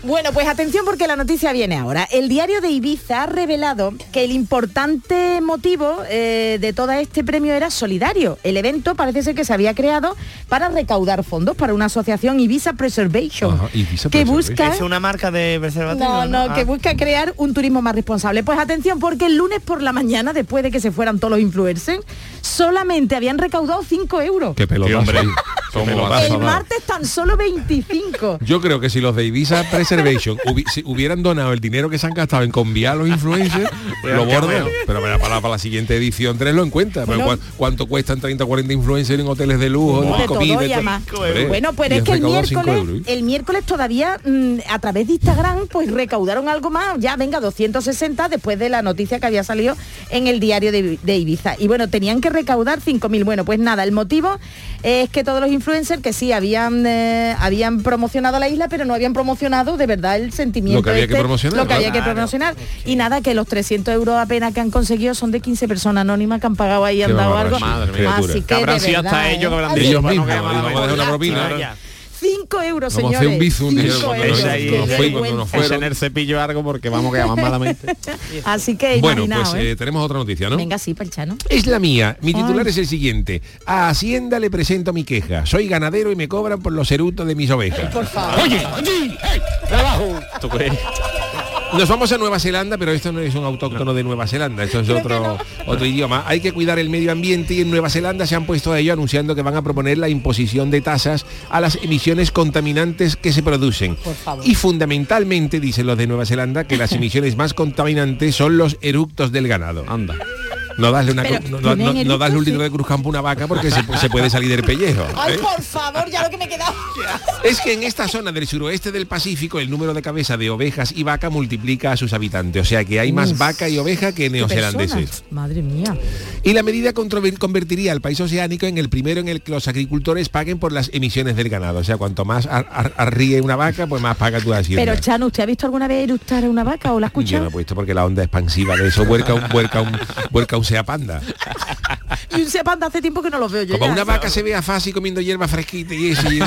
Bueno, pues atención porque la noticia viene ahora. El diario de Ibiza ha revelado que el importante motivo eh, de todo este premio era solidario. El evento parece ser que se había creado para recaudar fondos para una asociación Ibiza Preservation
Ajá, Ibiza
que
Preservation.
busca
Es una marca de preservativo.
no, no, que
Ah.
busca crear un turismo más responsable. Pues atención, porque el lunes por la mañana, después de que se fueran todos los influencers, solamente habían recaudado 5 euros.
Qué pelotazo.
hombre.
ahí. Cómo
pelotazo,
va a
el
sonar.
martes tan solo 25.
Yo creo que si los de Ibiza Preservation hubi- si hubieran donado el dinero que se han gastado en conviar a
<laughs>
los influencers, lo
qué
bordo.
bueno.
Pero para, para, para la siguiente edición tenedlo en cuenta. Pero
Bueno.
cua- ¿Cuánto cuestan 30 o 40 influencers en hoteles de lujo?
No,
en
de todo
comida,
y
tal?
además.
Hombre,
Bueno, pues
y
es
han
que el
recaudado cinco
miércoles,
euros, ¿eh?
el miércoles todavía mm, a través de Instagram, pues recaudaron algo más, ya venga, 260 después de la noticia que había salido en el diario de, de Ibiza. Y bueno, tenían que recaudar 5.000. Bueno, pues nada, el motivo es que todos los influencers que sí habían eh, habían promocionado la isla, pero no habían promocionado de verdad el sentimiento. este,
Lo que había que promocionar,
Lo que había que
claro.
promocionar. Y nada, que los 300 euros apenas que han conseguido son de 15 personas anónimas que han pagado ahí y han
Qué
dado algo.
barbaridad, criatura.
Así
Que
que
habrán
de
sido hasta
verdad, ¿eh?
ellos que habrán
Así
dicho
Ellos
para
mismos,
no quedar mal
vamos a dejar una
ahora.
propina.
Claro.
5 euros,
Vamos
señores.
a hacer un bizum,
Cinco
dijeron cuando
euros.
nos- cuando nos
Qué
fue,
cuando nos
vergüenza.
Es en el cepillo algo porque vamos a
<laughs>
quedar malamente.
Así que
Bueno,
imaginaos,
pues
¿eh?
eh, tenemos otra noticia, ¿no?
Venga, sí, Perchano.
Es la mía. Mi titular
Ay.
es el siguiente. A Hacienda le presento mi queja. Soy ganadero y me cobran por los erutos de mis ovejas.
¿Tú crees?
Nos vamos a Nueva Zelanda, pero esto no es un autóctono de Nueva Zelanda, esto es otro, otro idioma. Hay que cuidar el medio ambiente y en Nueva Zelanda se han puesto a ello anunciando que van a proponer la imposición de tasas a las emisiones contaminantes que se producen. Y fundamentalmente, dicen los de Nueva
<laughs>
Zelanda, que las emisiones más contaminantes son los eructos del ganado.
Anda.
No darle, una,
Pero,
cru- no, no- no-
¿tienen
no darle un
eructos?
litro de cruzcampo a una vaca porque se, se puede salir del pellejo. ¿eh?
por favor, ya lo que me queda.
Es que en esta zona del suroeste del Pacífico el número de cabezas de ovejas y vaca multiplica a sus habitantes, o sea que hay más vaca y oveja que <laughs> neozelandeses.
Madre mía.
Y la medida controver- convertiría al país oceánico en el primero en el que los agricultores paguen por las emisiones del ganado, o sea, cuanto más ar- ar- arríe una vaca, pues más paga tu hacienda.
Pero Chano, ¿usted ha visto alguna vez eructar a una vaca o la ha
<laughs> yo no
escuchado?
he puesto porque la onda expansiva de eso huerca un huerca un huerca un
<laughs>
sea panda.
Y un sepanda hace tiempo que no los veo yo.
Como
ya.
una vaca se vea fácil comiendo hierba fresquita y eso y,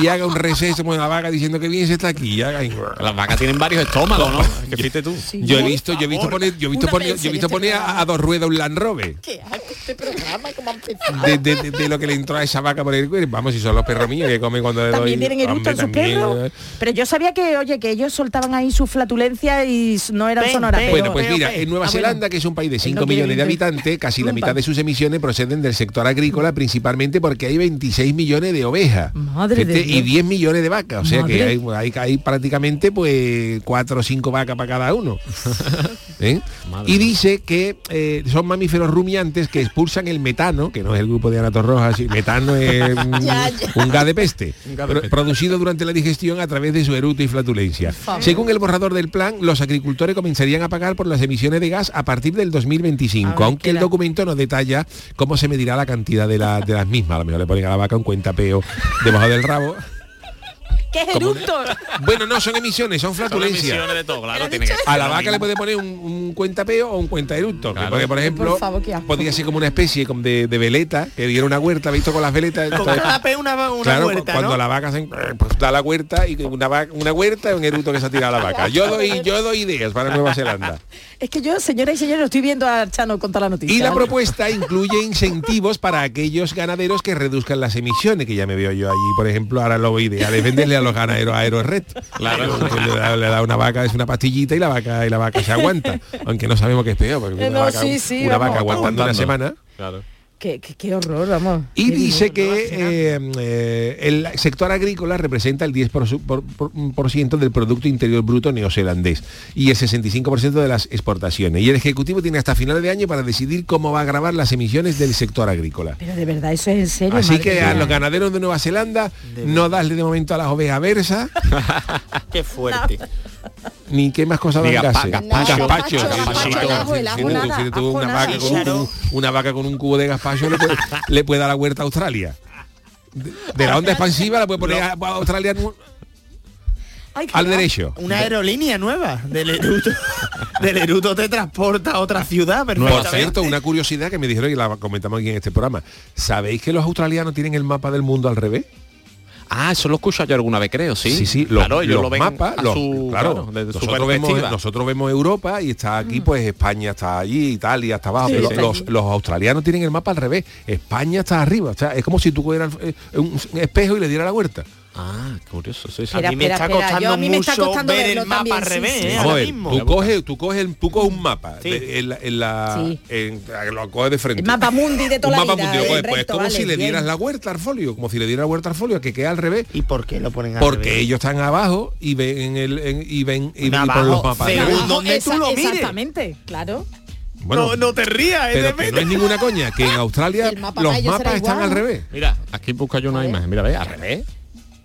y haga un receso como la vaca diciendo que bien se está aquí y haga y-
Las vacas tienen varios estómagos, ¿no? Que fíjate tú.
Yo he visto, yo he visto poner, yo he visto
Una
poner,
vez
yo he
en
visto
este
poner a,
programa.
a dos ruedas un Land Rover.
¿Qué asco este programa? ¿Cómo ha empezado?
De, de- de- de lo que le entró a esa vaca por el cuerpo. Vamos, si son los perros míos que comen cuando le doy.
También tienen eructo
Hombre,
en sus
también,
perros.
eh.
Pero yo sabía que, oye, que ellos soltaban ahí su flatulencia y s- no eran
Ven,
sonoras.
ven.
pero-
Bueno, pues
Pero,
mira,
pero,
en Nueva
ah, bueno.
Zelanda, que es un país de 5
no quiere
millones de
vivir.
habitantes, casi la
Rumba.
mitad de sus emisiones proceden del sector agrícola, principalmente porque hay 26 millones de ovejas
Madre de
Fíjate, y
Dios.
10 millones de vacas. O sea que
Madre.
hay, hay- hay prácticamente pues 4 o 5 vacas para
<laughs>
cada uno. ¿Eh?
Madre
Y
mía.
dice que eh, son mamíferos rumiantes que expulsan el metano, que no es el grupo de anatorrojas, y metano
<laughs>
es un,
Ya, ya.
un gas de peste,
Un gas de
pro-
peste.
producido durante la digestión a través de su eruto y flatulencia.
favor.
Según el borrador del plan, los agricultores comenzarían a pagar por las emisiones de gas a partir del 2025,
A ver,
aunque
que
el
la-
documento no detalla cómo se
<laughs>
medirá la cantidad de, la- de las mismas. A lo mejor le ponen a la vaca un cuentapeo debajo del rabo.
¡Qué eructo!
Bueno, no, son emisiones, son
Son
flatulencias.
emisiones de todo, claro,
Pero
tiene que
dicho
ser
A la
lo
vaca le
mismo.
puede poner un, un cuentapeo o un cuentaeructo. que
Claro.
Porque, por ejemplo,
Por favor, qué asco.
podría ser como una especie como de, de veleta, que diera una huerta, visto con las veletas.
Con
entonces-
cada pez una, una
claro,
vuelta,
cuando
¿no?
la vaca se, pues, da la huerta y una, va- una huerta es un eruto que se ha tirado a la vaca. Yo doy, yo doy ideas para
<laughs>
Nueva Zelanda.
Es que yo, señoras y señores, estoy viendo a Chano contar la noticia.
Y la propuesta incluye incentivos para aquellos ganaderos que reduzcan las emisiones, que ya me veo yo allí, por ejemplo, ahora lo ideal es venderle a los ganaderos aerored.
Claro.
Tú Le da, le da una vaca, es una pastillita y la vaca y la vaca se
<laughs>
aguanta. Aunque no sabemos qué es peor, porque
Eh,
una,
no,
vaca,
sí, sí,
una
vamos,
vaca aguantando una semana.
Claro.
Qué, qué- qué horror, vamos.
Y
Qué
dice
vigor.
que eh, eh, el sector agrícola representa el 10% por su- por- por- por ciento del Producto Interior Bruto neozelandés y el 65% de las exportaciones. Y el Ejecutivo tiene hasta finales de año para decidir cómo va a grabar las emisiones del sector agrícola.
Pero de verdad, eso es en serio.
Así
madre
que a
mía.
los ganaderos de Nueva Zelanda no darle de momento a las ovejas versa
Qué fuerte.
ni qué más cosas
Ni
van a
gazpa-
hacer.
gazpacho.
Gazpacho,
Gazpacho,
gazpacho,
gazpacho,
sí,
ajo,
sí,
el ajo
sí,
nada,
sí, tú, una
ajo
vaca
nada.
con un cubo- una vaca con un cubo de gazpacho le puede, le puede dar la vuelta a Australia. De, de la
Ah,
onda expansiva la puede poner a, a Australia en un-
Ay, qué
al
asco.
derecho.
Una aerolínea nueva <laughs> del eruto. del eruto te transporta a otra ciudad,
Por
perfectamente.
cierto, una curiosidad que me dijeron y la comentamos aquí en este programa. ¿Sabéis que los australianos tienen el mapa del mundo al revés?
Ah, eso lo escucho yo alguna vez, creo, sí.
Sí, sí, los,
claro, ellos
los
lo ven
mapas,
a
los-
su,
claro,
claro, desde su
nosotros, vemos,
perspectiva. Mm.
nosotros vemos Europa y está aquí, pues España está allí, Italia está abajo,
Sí,
pero
está
los,
allí.
los australianos tienen el mapa al revés, España está arriba, o sea, es como si tú cogieras eh, un espejo y le diera la vuelta.
Ah, curioso, sí, sí.
Espera,
a mí me
espera,
está
espera,
costando
yo a mí me está
mucho
costando
ver
verlo
el mapa
también,
al
sí,
revés,
sí, sí.
¿eh? ahora
Vamos a ver,
mismo.
tú coges, tú coges, el- tú coges un mapa
Sí.
de- en la, en la-
Sí.
en- lo coges de frente.
El mapa mundi de
un
toda la
mapa
vida,
mundial,
el
coges, pues es
recto,
como
vale,
si le
bien.
dieras la vuelta
Ah,
al folio, como si le dieras la vuelta al folio, que queda al revés.
¿Y por qué lo ponen al
Porque
revés?
ellos están abajo y ven el en- y ven
Bueno,
y, y ponen
abajo,
los mapas. al
cero.
revés.
Abajo,
donde tú lo mires.
Exactamente, claro.
Bueno,
no, no te rías, es de
Pero que no
verdad.
es ninguna coña, que en Australia
El mapa para
los
ellos
mapas
será
están
igual.
al revés.
Mira, aquí busca yo una imagen. Mira, ve, al revés.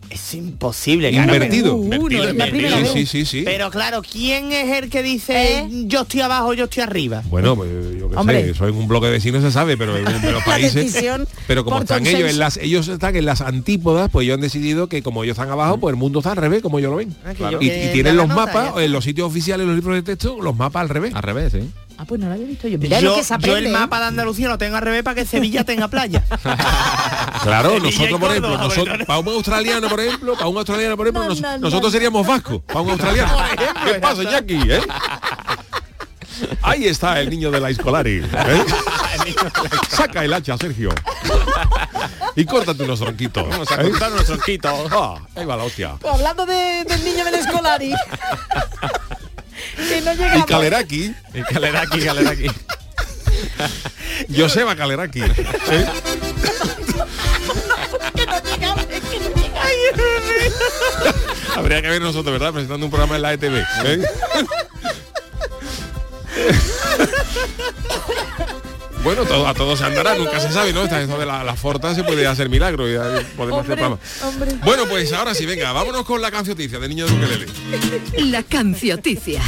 Es imposible, claro.
Invertido.
Uh, no, es la primera
Sí,
vez.
sí, sí, sí.
Pero claro, ¿quién es el que dice
¿Eh?
yo estoy abajo, yo estoy arriba?
Bueno, pues, yo qué
Hombre.
sé, eso en un bloque de vecinos se sabe, pero en en los
La
países.
decisión
Pero como
por
están
consenso.
ellos, en las, ellos están en las antípodas, pues ellos han decidido que como ellos están abajo, pues el mundo está al revés, como ellos lo ven.
Ah, que
Claro.
yo
Y,
que
y tienen
la
los
nota, ya
mapas,
está.
en los sitios oficiales, los libros de texto, los mapas al revés.
Al revés, sí.
Ah, pues no lo había visto yo. Mira lo
Yo,
que se
yo
aprende. ¿eh?
el mapa de Andalucía lo tengo al revés para que Sevilla tenga playa.
Ah, Claro,
Sevilla <laughs> y
nosotros, por
Córdoba,
ejemplo,
bueno,
nosotros-
no.
para un australiano, por ejemplo, para un australiano, por ejemplo,
No,
nos-
no, no.
nosotros seríamos vascos, para un australiano. ¿Qué pasa, Jackie? eh? Ahí está el niño de la Escolari. ¿eh? Saca el hacha, Sergio. Y córtate unos tronquitos.
Vamos a cortar unos tronquitos.
Ah, ahí va la hostia.
Pues Hablando de- del niño del escolari.
<laughs>
que no
Y
pues.
llegamos.
Caleraki,
Y calera aquí, calera aquí.
Joseba Caleraki. ¿eh?
que no llegamos, es que no llegamos.
Habría que ver nosotros, ¿verdad? Presentando un programa en la ETV. ¿eh? bueno, todo- a todos se andará, nunca se sabe, ¿no? Esta- Esto de la, la forta se puede hacer milagro y ahí podemos hacer
Hombre,
programa.
hombre.
Bueno, pues ahora sí, venga, vámonos con la cancioticia de Niño de Ukelele.
La cancioticia.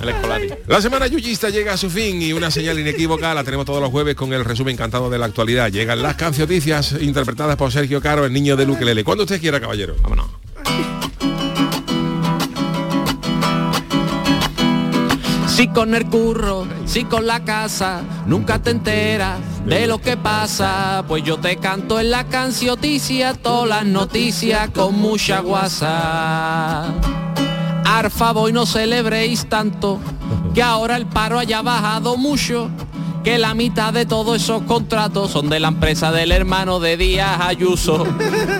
El escolari.
La semana yuyista llega a su fin y una señal inequívoca la tenemos todos los jueves con el resumen encantado de la actualidad. Llegan las cancioticias interpretadas por Sergio Caro, el niño de Ukelele. Cuando usted quiera, caballero.
Vámonos. Si con el curro, si con la casa, nunca te enteras de lo que pasa, pues yo te canto en la cancioticia todas las noticias con mucha guasa. Arfa, voy no celebréis tanto, que ahora el paro haya bajado mucho, que la mitad de todos esos contratos son de la empresa del hermano de Díaz Ayuso.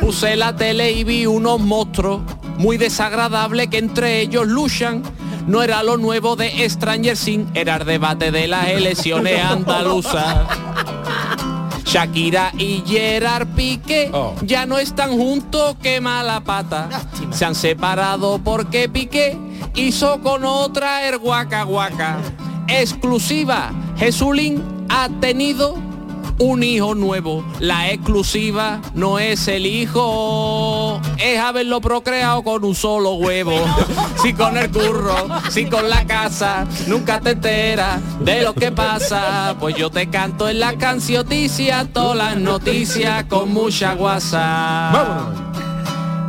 Puse la tele y vi unos monstruos muy desagradables que entre ellos luchan. No era lo nuevo de Stranger Things, era el debate de las elecciones andaluzas. Shakira y Gerard Piqué
Oh.
ya no están juntos, qué mala pata. Se han separado porque Piqué hizo con otra el guaca guaca. Exclusiva, Jesulín ha tenido un hijo nuevo. La exclusiva no es el hijo, es haberlo procreado con un solo huevo. <laughs> Si con el curro, si con la casa, nunca te enteras de lo que pasa. Pues yo te canto en la cancioticia todas las noticias con mucha guasa.
Vámonos.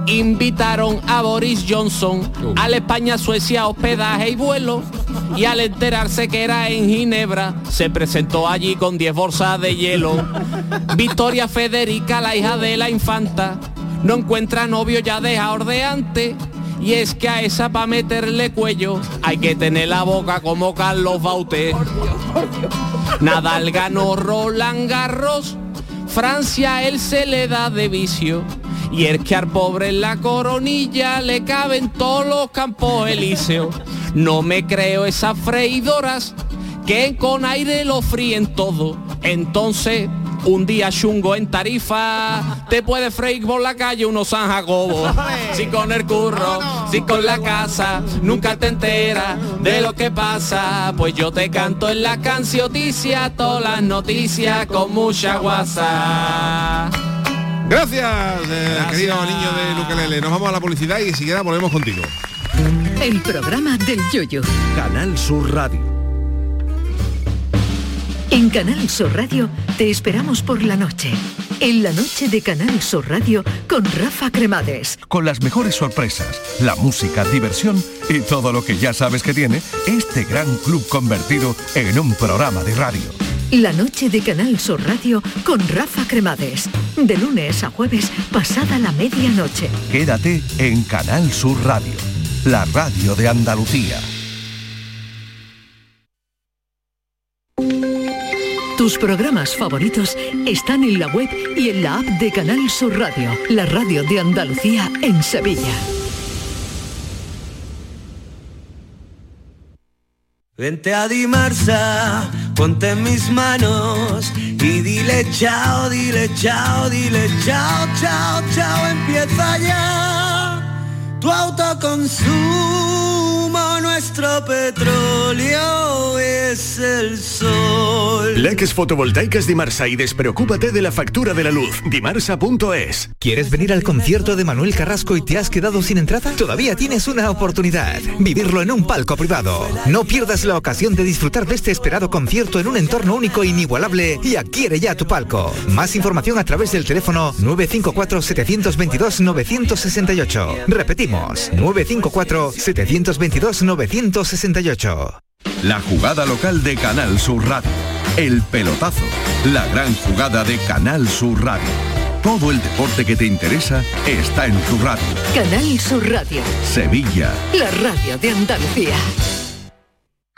invitaron a Boris Johnson a la España-Suecia hospedaje y vuelo y al enterarse que era en Ginebra, <laughs> se presentó allí con 10 bolsas de hielo. Victoria Federica, la hija de la infanta, no encuentra novio ya deja ordeante. Y es que a esa para meterle cuello hay que tener la boca como Carlos Baute. Nadal ganó Roland Garros, Francia él se le da de vicio. Y es que al pobre en la coronilla le caben todos los campos elíseos. No me creo esas freidoras que con aire lo fríen todo. Entonces, un día chungo en tarifa, te puede freír por la calle unos San Jacobo. Si con el curro, si con la casa, nunca te enteras de lo que pasa. Pues yo te canto en la cancioticia, todas las noticias con mucha guasa.
Gracias, eh, querido niño de Luquelele. Nos vamos a la publicidad y enseguida volvemos contigo.
El programa del yoyo.
Canal Sur Radio.
En Canal Sur Radio te esperamos por la noche. En la noche de Canal Sur Radio con Rafa Cremades.
Con las mejores sorpresas, la música, diversión y todo lo que ya sabes que tiene este gran club convertido en un programa de radio.
La noche de Canal Sur Radio con Rafa Cremades. De lunes a jueves pasada la medianoche.
Quédate en Canal Sur Radio, la radio de Andalucía.
Tus programas favoritos están en la web y en la app de Canal Sur Radio, la radio de Andalucía en Sevilla.
Vente a Dimarsa, ponte en mis manos y dile chao, dile chao, dile chao, chao, chao, empieza ya. Tu autoconsumo, nuestro petróleo es el sol.
Leques fotovoltaicas Dimarsa y despreocúpate de la factura de la luz. Dimarsa.es.
¿Quieres venir al concierto de Manuel Carrasco y te has quedado sin entrada? Todavía tienes una oportunidad. Vivirlo en un palco privado. No pierdas la ocasión de disfrutar de este esperado concierto en un entorno único e inigualable y adquiere ya tu palco. Más información a través del teléfono 954-722-968. Repetimos, 954-722-968.
La jugada local de Canal Sur Radio. El pelotazo. La gran jugada de Canal Sur Radio. Todo el deporte que te interesa está en tu radio.
Canal Sur Radio,
Sevilla.
la radio de Andalucía.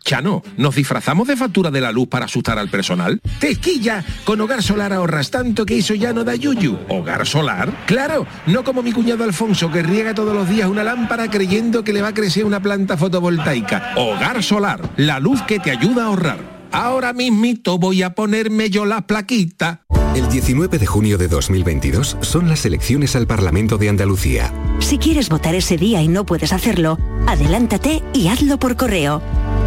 Chano, ¿nos disfrazamos de factura de la luz para asustar al personal? ¡Tequilla! Con Hogar Solar ahorras tanto que eso ya no da yuyu. ¿Hogar Solar? Claro, no como mi cuñado Alfonso que riega todos los días una lámpara creyendo que le va a crecer una planta fotovoltaica. Hogar Solar, la luz que te ayuda a ahorrar. Ahora mismito voy a ponerme yo la plaquita.
El 19 de junio de 2022 son las elecciones al Parlamento de Andalucía.
Si quieres votar ese día y no puedes hacerlo, adelántate y hazlo por correo.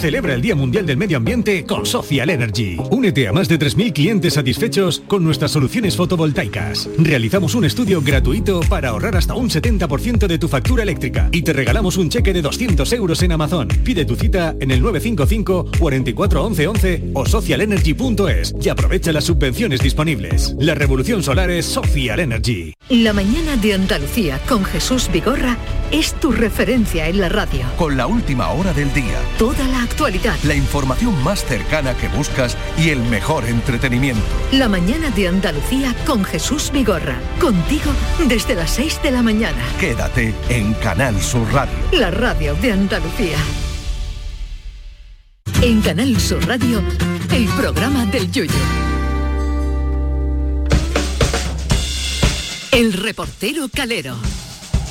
Celebra el Día Mundial del Medio Ambiente con Social Energy. Únete a más de 3.000 clientes satisfechos con nuestras soluciones fotovoltaicas. Realizamos un estudio gratuito para ahorrar hasta un 70% de tu factura eléctrica y te regalamos un cheque de 200 euros en Amazon. Pide tu cita en el 955 44 11 11 o socialenergy.es y aprovecha las subvenciones disponibles. La revolución solar es Social Energy.
La mañana de Andalucía con Jesús Vigorra es tu referencia en la radio.
Con la última hora del día.
Toda la actualidad.
La información más cercana que buscas y el mejor entretenimiento.
La mañana de Andalucía con Jesús Vigorra. Contigo desde las 6 de la mañana.
Quédate en Canal Sur Radio.
La radio de Andalucía. En Canal Sur Radio, el programa del Yoyo. El reportero Calero.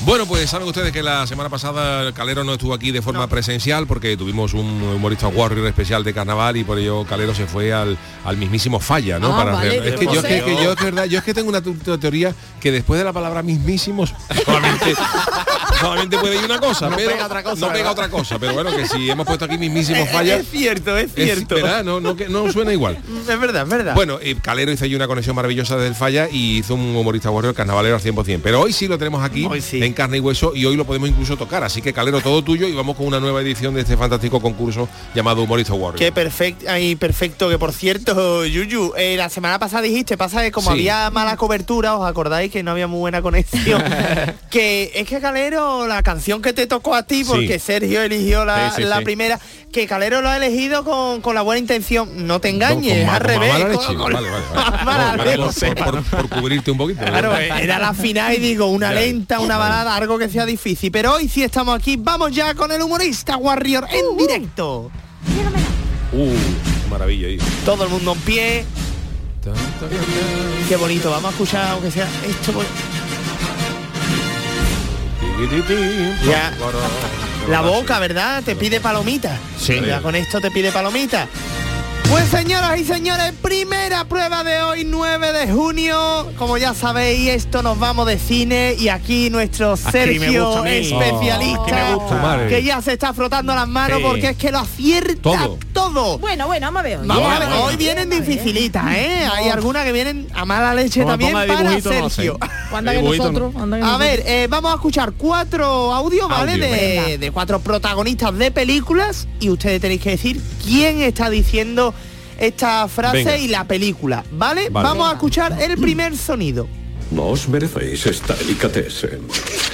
Bueno, pues saben ustedes que la semana pasada Calero no estuvo aquí de forma presencial porque tuvimos un humorista warrior especial de carnaval y por ello Calero se fue al, al mismísimo falla, ¿no?
Ah, vale,
es que yo, es que,
entonces-
que yo, es verdad, yo es que tengo una tu- tu- teoría que después de la palabra mismísimos solamente, solamente puede ir una cosa,
No
pero
pega otra cosa,
no pega
¿verdad?
otra cosa, pero bueno, que <laughs> si hemos puesto aquí mismísimos
Es-
falla,
Es cierto, es cierto.
es verdad, no, no, que- no suena igual.
Es verdad, es verdad.
Bueno, eh, Calero hizo allí una conexión maravillosa desde el falla y hizo un humorista warrior carnavalero al 100%. Pero hoy sí lo tenemos aquí en carne y hueso y hoy lo podemos incluso tocar. Así que Calero, todo tuyo y vamos con una nueva edición de este fantástico concurso llamado Humorista Warrior.
Qué perfecto, ay, perfecto, que por cierto, Yuyu, eh, la semana pasada dijiste, pasa que como
Sí.
había mala cobertura, os acordáis que no había muy buena conexión, que es que Calero, la canción que te tocó a ti,
Sí.
porque Sergio eligió la,
Sí, sí,
la
sí.
primera, que Calero lo ha elegido con, con la buena intención, no te engañes,
ma-
al
con
revés.
mala
con-
leche.
con-
Vale, vale,
<laughs>
vale.
mala
Por-
leche.
por, por- por cubrirte un poquito.
Claro, eh, era la final y digo, una
Ya.
lenta, una balada, algo que sea difícil. Pero hoy sí estamos aquí, vamos ya con el humorista Warrior en directo.
Uh, maravilla ahí.
Todo el mundo en pie. Qué bonito, vamos a escuchar aunque sea esto. pues, por- Ya. La boca, ¿verdad? Te pide palomita.
Sí.
Ya con esto te pide palomita. Pues señoras y señores, primera prueba de hoy, 9 de junio. Como ya sabéis, esto nos vamos de cine y aquí nuestro
me gusta
Sergio
a mí. Aquí
especialista
me gusta. Tu madre.
que ya se está frotando las manos
Sí.
porque es que lo acierta
Todo.
todo. Bueno, bueno, vamos a ver.
Vamos a ver.
Hoy vienen dificilitas, ¿eh? Hay algunas que vienen a mala leche
Como
también
toma de
para
dibujito no
Sergio.
hacen. Anda que Dibujito no. nosotros, anda que
A
nosotros.
ver, eh, vamos a escuchar cuatro audios, ¿vale?
Audio.
De,
Venga.
de cuatro protagonistas de películas y ustedes tenéis que decir quién está diciendo esta frase
Venga.
y la película, ¿vale?
Vale.
Vamos a escuchar el primer sonido.
No os merecéis esta delicatese.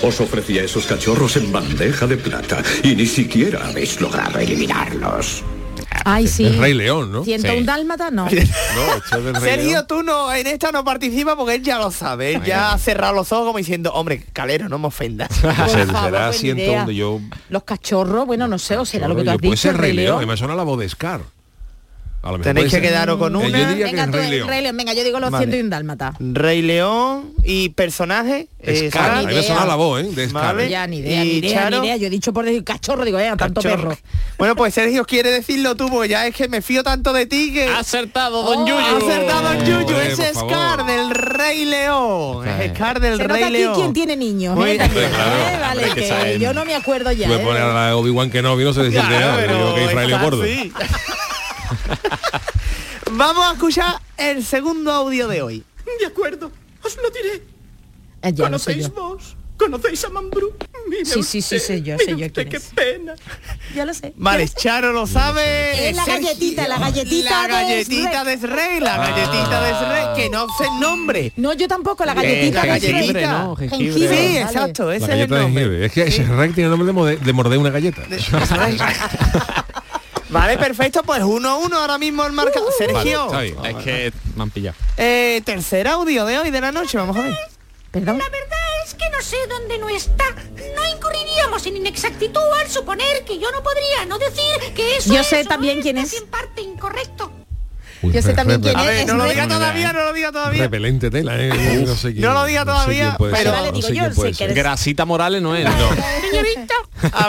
Os ofrecía esos cachorros en bandeja de plata y ni siquiera habéis logrado eliminarlos.
Ay, sí.
El Rey León, ¿no?
101
Sí.
dálmata,
<laughs>
no.
Sergio, tú no, en esta no participa porque él ya lo sabe, él ya ha cerrado los ojos como diciendo, hombre, calero, no me
<laughs>
ofendas.
Se-
favor,
será
buena idea.
101, yo
Los cachorros, bueno, no sé, o será lo que tú has
Yo, puede
dicho.
ser
el
Rey
Rey
León,
León.
que me suena la voz de Scar. A lo mejor
Tenéis
puede
que
ser.
quedaros con
Eh,
una.
Yo diría que
Venga,
es
tú,
Rey
el
León.
Rey León, venga, yo digo los
Vale.
101 dálmata.
Rey León y personaje. eh,
Scar, a mí me suena la voz, ¿eh? De Scar.
Vale.
Ya, ni idea,
Y
ni idea,
Charo.
ni idea. Yo he dicho por decir cachorro, digo, eh, tanto
Cachorro.
perro.
Bueno, pues Sergio quiere decirlo tú, porque ya es que me fío tanto de ti que. Acertado,
don Yuyu.
Acertado, don
Hombre,
Yuyu. Es
por favor.
Scar del Rey León. Es Scar del
Se nota
Rey
aquí
León.
quién tiene niños,
Muy
¿eh?
bien.
También,
Hombre, claro.
¿eh? Vale,
Hombre, que
que
saben.
yo no me acuerdo ya.
Tú me
¿eh?
pones a la de Obi-Wan que no, no se decirte
Claro,
nada.
pero
Yo digo que Israel es
Scar
gordo.
Ah, sí. Vamos a escuchar el segundo audio de hoy.
De acuerdo, os lo diré.
Eh, ya lo sé
¿Conocéis
yo.
vos? ¿Conocéis a Mambrú? Mire
Sí, sí, sí,
usted,
sé yo,
mire
sé yo
usted,
quién
qué
es.
pena.
Ya lo sé.
Vale, Charo lo sabe.
Es la
Sergio-
galletita, la galletita
La
de
galletita de
Shrek.
Shrek, la
Ah.
galletita de Shrek, que no sé el nombre.
No, yo tampoco, la
Eh,
galletita.
la
de Shrek.
galletita. Jengibre, ¿no? Jengibre. Sí,
vale.
exacto,
La
ese es el
galleta de
nombre.
jengibre. Es que Shrek tiene nombre de morde- de morder una galleta.
Vale, perfecto, pues 1-1 uno, a uno ahora mismo el marca.
Uh.
Sergio,
es que me han pillado.
eh, tercer audio de hoy de la noche, vamos a ver.
Perdón.
La verdad es que no sé dónde no está. No incurriríamos en inexactitud al suponer que yo no podría no decir que eso
Yo
es
sé también quién es.
parte incorrecto.
Yo sé también quién
A
es.
ver,
es
no lo
Rey.
diga
todavía, no lo diga todavía.
Repelente tela, ¿eh? No sé quién-
No lo diga
no sé
todavía,
quién puede
pero-
ser,
Vale,
no
digo
sé
yo,
quién puede
sí,
ser.
que eres-
Grasita Morales no era.
Señorita.
A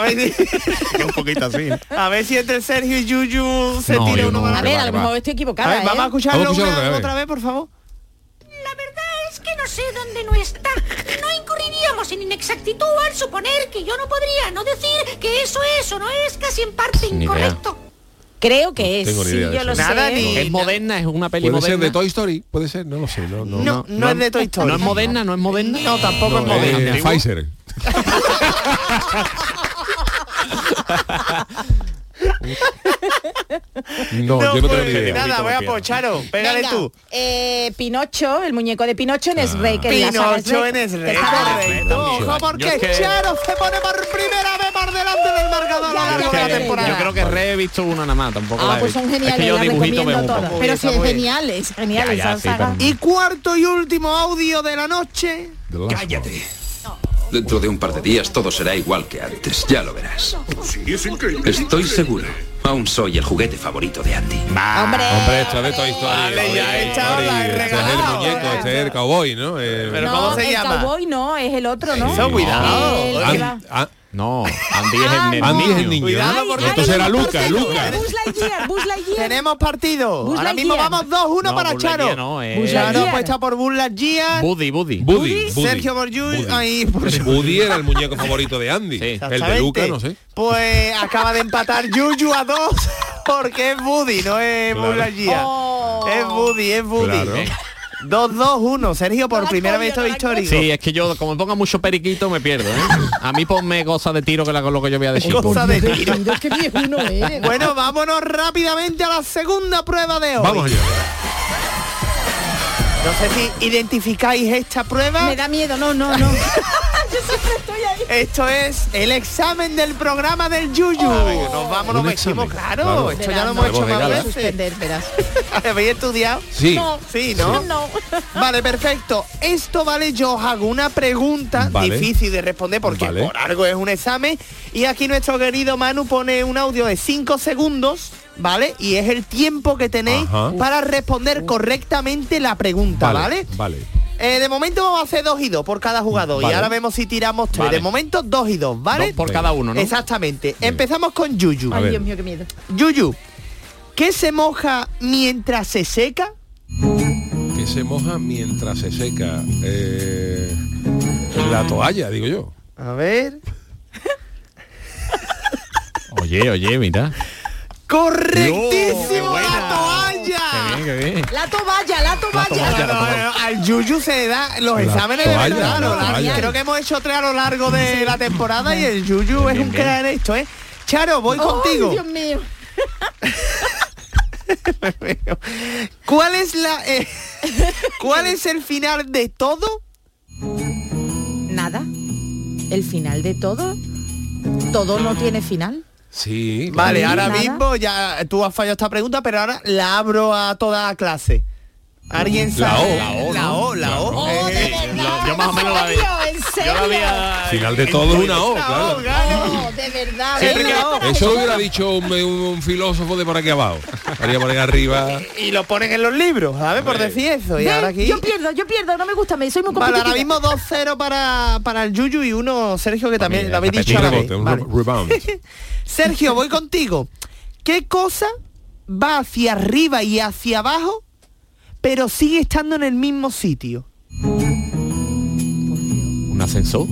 <laughs>
ver, si-
un poquito así.
a ver si entre Sergio y Yuyu se
No,
tira
yo
uno
no,
más.
A ver, a lo mejor
estoy equivocada,
A ver, vamos
¿eh?
a escucharlo,
Vamos a
una-
escucharlo
otra,
otra
vez.
vez.
por favor.
La verdad es que no sé dónde no está. No incurriríamos en inexactitud al suponer que yo no podría no decir que eso es o no es casi en parte
Ni idea.
incorrecto.
Creo que es.
tengo ni
sí,
idea de
yo
eso.
lo
Nada,
sé.
ni- Es moderna, es una peli
Puede ser
moderna.
de Toy Story, puede ser, no lo sé, no, no.
No, no, es de Toy Story.
no es moderna,
no es moderna. No, tampoco es
No, eh,
moderna.
Pfizer. No, yo no tengo ni
pues,
idea.
Nada, voy a pocharo. Pégale
Venga,
tú.
eh, Pinocho, el muñeco de Pinocho en Shrek. en la saga
Pinocho
Shrek.
en
Que
Shrek.
estaba-
Correcto.
Yo
Ojo,
es
porque
que-
Charo se pone por primera vez por delante del marcador a lo largo de la temporada.
Yo creo que re he visto una nada más, tampoco
Ah,
la he
pues
visto.
son
Es
geniales,
que yo
las
dibujito veo
recomiendo
un
todas.
poco.
Pero sí, es
Muy bien.
genial, es genial
Ya, ya,
esa
sí,
saga.
pero-
Y cuarto y último audio de la noche.
Cállate.
Dentro de un par de días todo será igual que antes, ya lo verás.
Sí, es increíble.
Estoy seguro. Aún soy el juguete favorito de Andy.
Ah,
Hombre, esto es de Toy Story. Toy Story. Este es el muñeco, este es el cowboy, ¿no? Eh,
no, el cowboy no, es el otro, ¿no? Eh,
Eso, cuidado.
El que
Andy-
va-
ah,
No, Andy es
Ah,
el niño.
Andy es el niño. Cuidado,
¿no?
porque- Entonces era Luca, Luca.
Buzz
<laughs>
Lightyear, Buzz Lightyear.
Tenemos partido.
Buzz
Ahora mismo
Lightyear.
vamos 2-1
No,
para
Buzz
Charo.
Lightyear no, eh. Buzz
Charo
Lightyear.
apuesta por Burla Gia.
Buddy, Buddy.
Buddy, Buddy.
Sergio Borjuy. Ahí,
Buddy. Buddy era el muñeco favorito de Andy. El de Luca, no sé.
Pues acaba de empatar Yuyu a dos <laughs> porque es Buddy, no es
Claro.
Burla Gia.
Oh.
Es Buddy, es Buddy.
Claro.
2-2-1, Sergio, por primera vez esto es histórico.
Sí, es que yo, como me ponga mucho periquito, me pierdo, ¿eh? A mí ponme goza de tiro que la con lo que yo voy a decir.
Goza de tiro.
eres.
<laughs> Bueno, vámonos rápidamente a la segunda prueba de hoy.
Vamos allá.
No sé si identificáis esta prueba. Me
da miedo, no, no,
<laughs>
no.
Esto es el examen del programa del Yuyu.
Ah,
nos vamos, nos vestimos, claro,
Claro.
Esto ya lo
Verás,
hemos hecho
no.
más
Verás.
veces. <laughs> ¿Habéis estudiado?
Sí. No.
Sí, ¿no?
Sí.
<laughs> Vale, perfecto. Esto vale, yo os hago una pregunta
Vale.
difícil de responder porque
Vale.
por algo es un examen. Y aquí nuestro querido Manu pone un audio de 5 segundos, ¿vale? Y es el tiempo que tenéis
Ajá.
para responder correctamente la pregunta, ¿vale?
Vale.
Eh, de momento vamos a hacer dos y dos por cada jugador.
Vale.
Y ahora vemos si tiramos tres.
Vale.
De momento dos y dos, ¿vale?
Dos por cada uno, ¿no?
Exactamente. Empezamos con Yuyu.
Ay, Dios mío, qué miedo.
Yuyu, ¿qué se moja mientras se seca?
Que se moja mientras se seca eh, la toalla, digo yo.
A ver.
Oye, oye, mira.
¡Correctísimo! ¡La toalla!
Qué bien, qué bien.
La toalla, la toalla.
No, no, no, al Yuyu se le da los
La
exámenes de
toalla,
verdad. a lo
la
largo.
toalla.
Creo que hemos hecho tres a lo largo de la temporada y el Yuyu es un crack en esto, ¿eh? Charo, voy
Ay,
contigo.
Dios mío.
¿Cuál es la
<laughs>
eh, cuál es el final de todo?
Nada. El final de todo. Todo no tiene final.
Sí.
Vale,
claro.
ahora
Nada.
mismo ya tú has fallado esta pregunta, pero ahora la abro a toda clase. ¿Alguien
La
sabe?
O,
La O, la O. Eh,
Yo más o menos la vi.
Oh, ¿En serio?
Final de todo es una O, claro.
Oh, de verdad. venga.
Eso hubiera
<laughs>
dicho un, un filósofo de por aquí abajo. Haría por aquí arriba.
Y lo ponen en los libros, ¿sabes? Por decir eso. Y
Ven,
ahora aquí.
Yo pierdo, yo pierdo, no me gusta, me soy muy
Vale, ahora
competitiva.
mismo 2-0 para, para el Yuyu y uno Sergio que también lo habéis dicho.
Un
a la vez.
rebote, un
Vale.
re- rebound.
Sergio, voy contigo. ¿Qué cosa va hacia arriba y hacia abajo, pero sigue estando en el mismo sitio?
¿Un ascensor?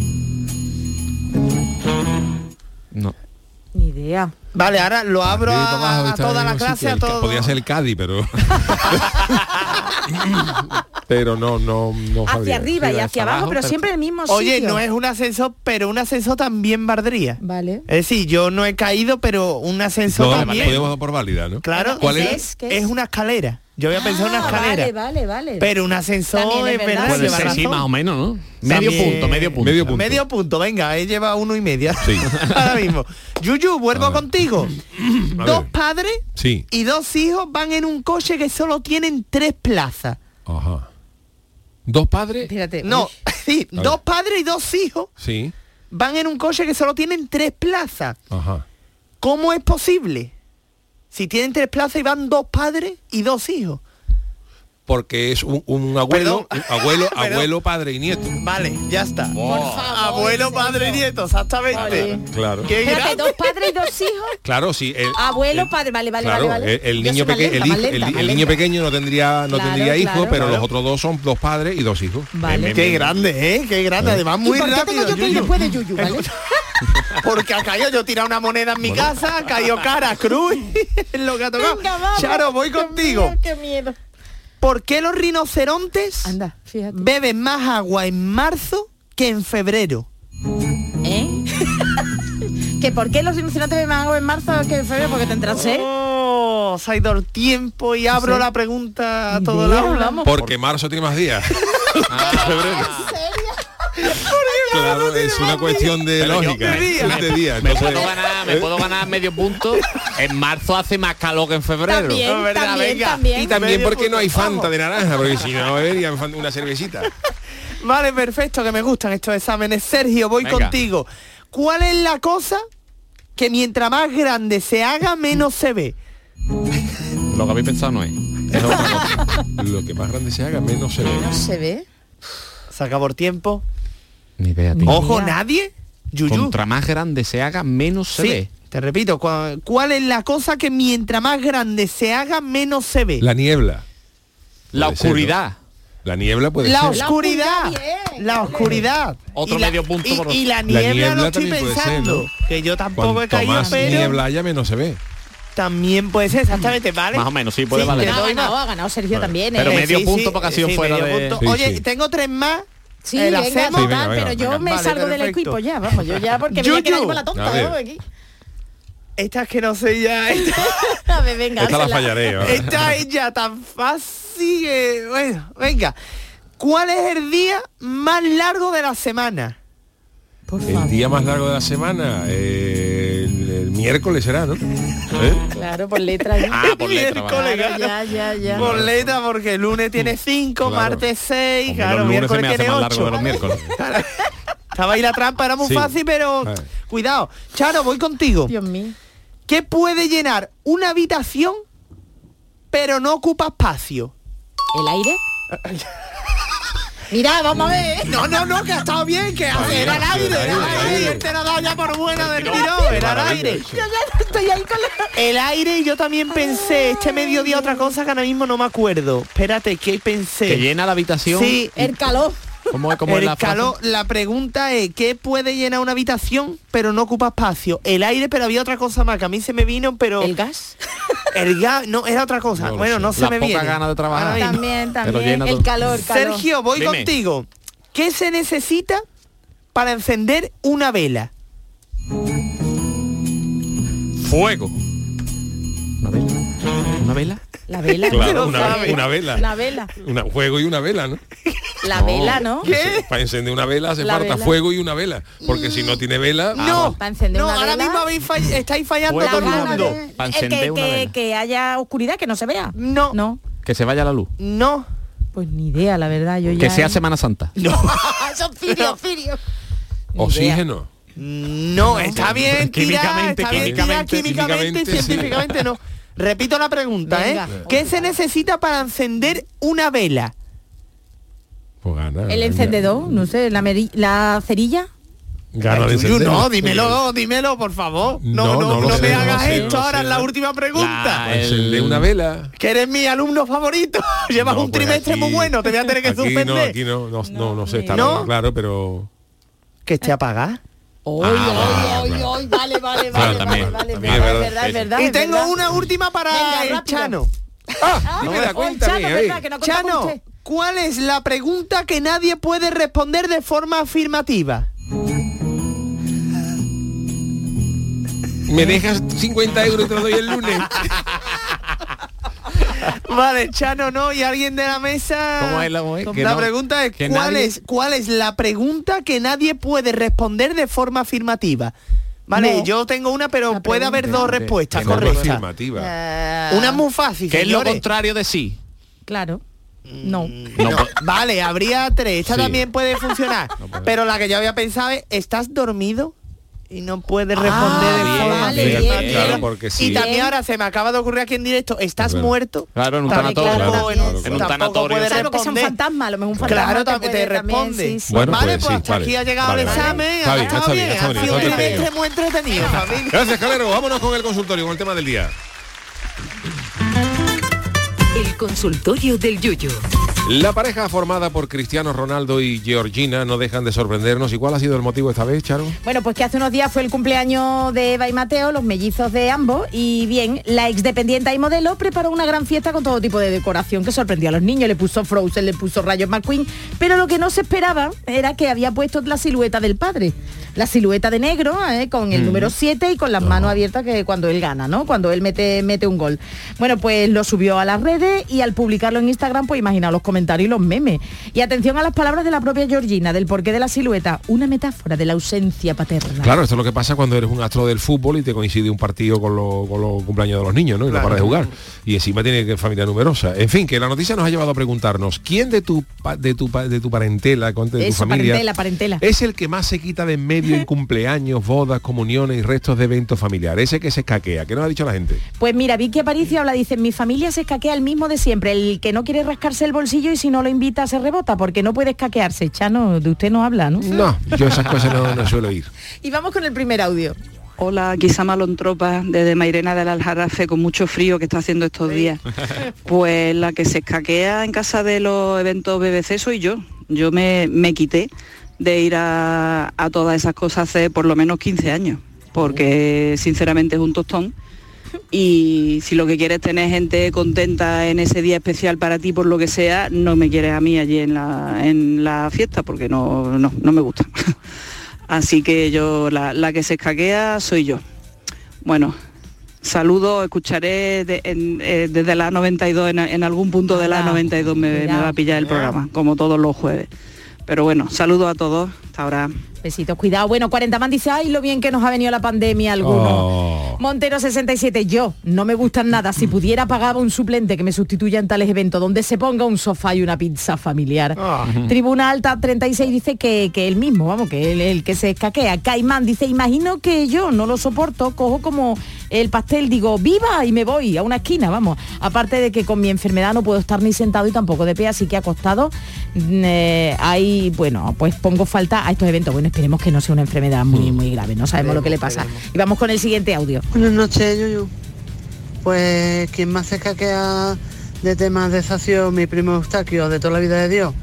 Ni idea.
Vale, ahora lo abro
Arriba, abajo,
a, a
está en
toda
el
<laughs> la
mismo
clase,
sitio.
a
El ca-
todo.
Podía ser el Cádiz,
<laughs>
pero... pero no, no, no.
Oh,
Hacia
sabía.
arriba y hacia abajo, pero siempre en el mismo sitio.
Oye, no es un ascensor, pero un ascensor también valdría.
Vale.
Es decir, yo no he caído, pero un ascensor
No,
también.
podemos dar por válida, ¿no?
Claro,
¿Cuál era?
es? es una escalera. Yo había pensado en una
Ah,
escalera.
Vale, vale, vale.
Pero un ascensor
También es
es verdad.
Puede
lleva
ser, sí,
razón.
más o menos, ¿no? Medio
También-
punto, medio punto.
Medio punto.
Medio punto, venga, él lleva uno y media. <laughs> Ahora mismo. Yuyu, vuelvo contigo. Dos padres
Sí.
y dos hijos van en un coche que solo tienen tres plazas.
Ajá. Dos padres.
Espérate.
No, <laughs> sí,
A ver.
dos padres y dos hijos
Sí.
van en un coche que solo tienen tres plazas.
Ajá.
¿Cómo es posible? Si tienen tres plazas y van dos padres y dos hijos.
Porque es un, un abuelo, un abuelo,
<laughs> Perdón.
abuelo, padre y nieto.
Vale, ya está.
Por
favor,
Abuelo, padre, nieto, exactamente.
Claro.
Qué Ah,
Espérate,
grande.
dos padres y dos
<laughs>
hijos.
Claro, sí. El,
Abuelo,
Eh,
el-
padre, vale, vale,
claro,
vale, vale.
el- El,
Yo
niño
soy más
pequeño,
lenta,
el,
más
hij-
lenta,
el-
más
el niño
lenta.
pequeño no tendría, no
Claro,
tendría hijos,
claro.
pero
Claro.
los otros dos son dos padres y dos hijos.
Vale.
Qué grande, ¿eh? Qué grande. Además, muy
¿Y por qué
rápido.
tengo yo que ir
Yuyu.
después de Yuyu, vale?
<laughs> Porque ha caído, yo he tirado una moneda en mi casa, ha caído cara, cruz,
<laughs>
es lo que ha tocado.
Venga, vamos.
Charo, voy
Dios
contigo.
mío, qué miedo.
¿Por qué los rinocerontes
Anda, fíjate.
beben más agua en marzo que en febrero?
¿Eh? <laughs> ¿Que por qué los rinocerontes beben agua en marzo que en febrero? Porque tendrás sed.
Oh, se ha ido el tiempo y abro
Sí.
la pregunta a
Ni
todo el
idea,
aula.
vamos.
Porque marzo tiene
<laughs>
más días. Ah,
Ah,
Claro, es una cuestión de
Pero yo-
lógica.
de día.
de día. ¿Eh?
Me
entonces-
puedo ganar, me puedo ganar medio punto. En marzo hace más calor que en febrero.
También,
No, verdad,
también,
venga.
también.
Y también
Medio
porque no hay
punto,
Fanta de naranja, porque si no beberían fan- una cervecita.
Vale, perfecto, que me gustan estos exámenes. Sergio, voy
Venga.
contigo. ¿Cuál es la cosa que mientras más grande se haga, menos se ve?
Lo que habéis pensado no es. Es otra cosa.
Lo que más grande se haga, menos se ve.
se ve.
Se acabó el tiempo.
Ni idea, tío.
Ojo, nadie.
Contra más grande se haga, menos se
Sí,
ve.
Te repito, cua- ¿cuál es la cosa que mientras más grande se haga, menos se ve?
La niebla.
La
Puede ser, ¿no?
oscuridad.
La niebla puede
La
ser.
oscuridad. La oscuridad.
Otro
Y la-
medio punto
Y,
por-
y la
La
niebla,
niebla
lo estoy
también puede ser,
pensando.
¿no?
Que yo tampoco he
Cuanto
caído,
más
pero
niebla haya, menos se ve.
también puede ser, exactamente, ¿vale?
Más o menos, sí, puede
Sí,
valer.
te
Ha
doy
ganado,
más.
ha ganado Sergio también.
Pero
¿eh?
medio
Sí,
punto
sí.
porque ha sido
sí,
fuera
medio
de...
punto. Oye, tengo tres más.
Sí,
Eh, ¿la
venga,
hacemos?
total,
Sí, venga,
pero
venga,
yo
venga.
me
Vale,
salgo del
perfecto.
equipo ya, vamos, yo ya, porque voy a
Yuyu.
quedar con la
A
tonta,
ver.
¿no? Aquí.
Estas que no sé
<laughs>
ya. Esta,
A ver, venga,
Esta la
hazla.
fallaré. ahora.
esta es ya tan fácil. que- bueno, venga. ¿Cuál es el día más largo de la semana?
El día más largo de la semana, eh, el, el miércoles será, ¿no? ¿Eh?
Claro, por letra. ya.
Ah, por letra, vale.
Miércoles,
Claro,
claro.
ya, ya, ya.
Boleta, porque el lunes tiene 5,
Claro.
martes 6,
Hombre,
claro,
los lunes se
miércoles
me hace
tiene
más largo que los
8.
miércoles.
Estaba ahí la trampa, era muy
Sí.
fácil, pero
Eh.
Ah.
cuidado. Charo, voy contigo.
Dios mío.
¿Qué puede llenar una habitación pero no ocupa espacio?
¿El aire? Mira, vamos a ver.
No, no, no, que ha estado bien, que era el aire, era el aire, él te lo ha dado ya por buena del tirón, era el aire.
Yo ya estoy ahí con la...
El aire y yo también pensé, este mediodía otra cosa que ahora mismo no me acuerdo. Espérate, ¿qué pensé?
Que llena la habitación.
Sí,
El calor.
¿Cómo es como
el
la frase?
calor, la pregunta es, ¿qué puede llenar una habitación pero no ocupa espacio? El aire, pero había otra cosa más, que a mí se me vino, pero...
¿El gas?
El gas, no, era otra cosa.
No lo
bueno,
sé.
no se
La
me
poca
viene.
gana de trabajar.
Ahora mismo.
También,
Te lo
también.
llena
El
todo.
calor, calor.
Sergio, voy
Dime.
contigo. ¿Qué se necesita para encender una vela?
Fuego. ¿Una vela? ¿Una vela?
La vela.
Claro,
lo
una,
sabe.
una vela.
La vela.
Un fuego y una vela, ¿no?
La vela, ¿no?
¿Qué?
Para encender una vela hace
La
falta
vela.
fuego y una vela. Porque si no tiene vela,
Ah,
No,
¿Para encender
no
una
ahora
vela?
mismo habéis fall- estáis fallando
Fuego
todo el
y una
mundo.
vela. Para
Eh,
encender
que,
una
que-
vela.
que haya oscuridad, que no se vea.
No, no,
No,
Que se vaya la luz.
no.
pues ni idea, la verdad. Yo ya.
Que sea Semana Santa.
Son firios, firios. Ni idea.
oxígeno.
está bien, tira,
Químicamente,
está bien,
químicamente,
tira, químicamente,
químicamente, sí.
científicamente no. Repito la pregunta,
Venga.
¿eh? ¿Qué se necesita para encender una vela?
Pues gana.
El encendedor, no sé, la, meri- la cerilla.
Gana de
Yuyu,
encender.
no, dímelo, dímelo, por favor. No,
No,
no,
no
no,
lo sé,
me
no
hagas
sé, no
esto
sé, Ah,
ahora, es la
no.
última pregunta.
La-
Para encender Pues una vela.
Que eres mi alumno favorito. <laughs> Llevas
No,
un
pues
trimestre
aquí-
muy bueno, te voy a tener que
aquí
suspender.
no, aquí no, no, no, no sé, está
¿No?
claro, pero...
Que esté apagada.
Oy,
Ah,
oy, oy,
claro.
oy, vale, vale,
Claro,
vale,
también,
vale, vale,
también
es
es
verdad, es verdad.
Y
es
tengo
verdad.
una última para
Venga,
el
rápido.
Chano.
Dime la
Oy,
cuenta
Chano,
mía,
verdad,
ey.
que no contaba
Chano,
usted.
¿cuál es la pregunta que nadie puede responder de forma afirmativa?
Me dejas 50 euros y te lo doy
<laughs>
el lunes.
Vale, Chano, no, y alguien de la mesa.
¿Cómo es la- cómo es? Que
La
no-
pregunta es
que
¿cuál,
nadie-
es cuál es la pregunta que nadie puede responder de forma afirmativa. Vale,
No.
yo tengo una, pero puede haber dos respuestas
Que no es
correctas.
afirmativa.
<laughs> Eh,
Una muy fácil.
Que es lo
señores. Mm,
contrario de sí.
Claro. No.
No,
No,
pues-
vale, habría tres. Esta
Sí.
también puede funcionar. pero la que yo había pensado es, ¿estás dormido? Y no puedes responder
Ah,
de
bien,
forma
vale,
afirmativa.
bien, bien.
Claro, porque sí.
Y también ahora se me acaba de ocurrir aquí en directo, ¿estás
Claro.
muerto?
Claro, en un
También,
tanatorio.
claro,
Claro,
en un-
claro, claro. En un
tampoco
tanatorio.
puedes
Salvo que sea un
responder.
fantasma, a lo mejor un fantasma.
Claro, también te
puede también,
responde.
sí, sí.
Bueno,
vale,
pues
pues,
sí,
hasta
vale.
aquí ha llegado
Vale,
el
vale.
examen.
Está
ha
bien,
estado
está bien, está
ha
bien,
sido un
está bien.
trimestre muy entretenido,
<laughs>
Javi.
Gracias, Calero. Vámonos con el consultorio, con el tema del día.
El consultorio del Yuyu.
La pareja formada por Cristiano Ronaldo y Georgina no dejan de sorprendernos. ¿Y cuál ha sido el motivo esta vez, Charo?
Bueno, pues que hace unos días fue el cumpleaños de Eva y Mateo, los mellizos de ambos, y bien, la exdependiente y modelo preparó una gran fiesta con todo tipo de decoración que sorprendió a los niños, le puso Frozen, le puso Rayos McQueen, pero lo que no se esperaba era que había puesto la silueta del padre, la silueta de negro, ¿eh? con el número 7 y con las
Ah.
manos abiertas que cuando él gana, ¿no? Cuando él mete, mete un gol. Bueno, pues lo subió a las redes y al publicarlo en Instagram, pues imaginaos los comentarios comentarios y los memes. Y atención a las palabras de la propia Georgina, del porqué de la silueta, una metáfora de la ausencia paterna.
Claro, esto es lo que pasa cuando eres un astro del fútbol y te coincide un partido con, lo- con los cumpleaños de los niños, ¿no? Y
Claro.
no para de jugar. Y encima tiene que familia numerosa. En fin, que la noticia nos ha llevado a preguntarnos, ¿quién de tu pa- de tu pa- de tu parentela, con- de tu
Eso,
familia Eh.
parentela, parentela.
es el que más se quita de en medio en cumpleaños, bodas, comuniones y restos de eventos familiares? Ese que se escaquea, que nos ha dicho la gente.
Pues mira, Vicky Aparicio habla, dice, mi familia se escaquea el mismo de siempre, el que no quiere rascarse el bolsillo y si no lo invita se rebota, porque no puede escaquearse. Chano, de usted no habla, ¿no?
No, yo esas cosas no, no suelo ir.
Y vamos con el primer audio.
Hola, aquí Samalón Tropa, desde Mairena del Aljarafe, con mucho frío que está haciendo estos días. Pues la que se escaquea en casa de los eventos BBC soy yo. Yo me, me quité de ir a, a todas esas cosas hace por lo menos 15 años, porque sinceramente es un tostón. Y si lo que quieres es tener gente contenta en ese día especial para ti, por lo que sea, no me quieres a mí allí en la, en la fiesta, porque no, no, no me gusta. <laughs> Así que yo, la, la que se escaquea soy yo. Bueno, saludo, escucharé de- en- eh, desde la 92, en, en algún punto de la 92 me, me va a pillar el programa, como todos los jueves. Pero bueno, saludo a todos, hasta ahora.
Besitos, cuidado. Bueno, 40 man dice, ay, lo bien que nos ha venido la pandemia alguno. Montero 67, yo no me gustan nada. Si pudiera pagaba un suplente que me sustituya en tales eventos donde se ponga un sofá y una pizza familiar.
Ah.
Tribuna Alta 36 dice que, que él mismo, vamos, que él el que se escaquea. Caimán dice, imagino que yo no lo soporto, cojo como el pastel, digo, viva y me voy a una esquina, vamos. Aparte de que con mi enfermedad no puedo estar ni sentado y tampoco de pie, así que acostado mm, eh, ahí, bueno, pues pongo falta a estos eventos. Bueno, esperemos que no sea una enfermedad muy, muy grave, no sabemos lo que le pasa. Y vamos con el siguiente audio.
Buenas noches, Yuyu. Pues quien más se escaquea de temas de sacio, mi primo Eustaquio, de toda la vida de Dios.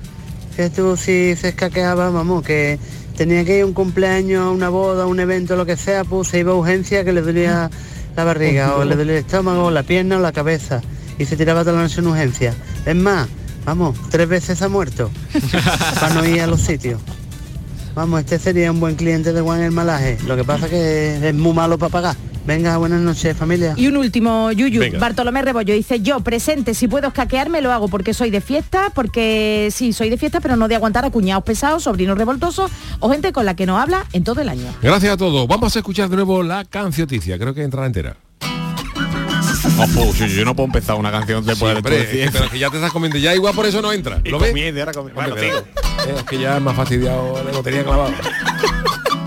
Que tú si se escaqueaba, vamos, que tenía que ir a un cumpleaños, a una boda, a un evento, lo que sea, pues se iba a urgencia que le dolía la barriga, o le dolía el estómago, o la pierna, o la cabeza. Y se tiraba toda la noche en urgencia. Es más, vamos, tres veces ha
<laughs>
muerto para no ir a los sitios. Vamos, este sería un buen cliente de Juan el Malaje. Lo que pasa que es muy malo para pagar. Venga, buenas noches, familia.
Y un último, Yuyu.
Venga.
Bartolomé Rebollo dice, yo presente, si puedo escaquearme lo hago porque soy de fiesta, porque sí, soy de fiesta, pero no de aguantar a cuñados pesados, sobrinos revoltosos o gente con la que no habla en todo el año.
Gracias a todos. Vamos a escuchar de nuevo la cancioticia. Creo que entrará entera.
Ojo, yo, yo no puedo empezar una canción después de
Hombre,
tu decir.
pero que ya te estás comiendo, ya igual por eso no entra.
Y
¿Lo ves?
comiendo, ahora comiendo.
Hombre,
Bueno,
pero- eh, es que ya me ha fastidiado la lotería clavada.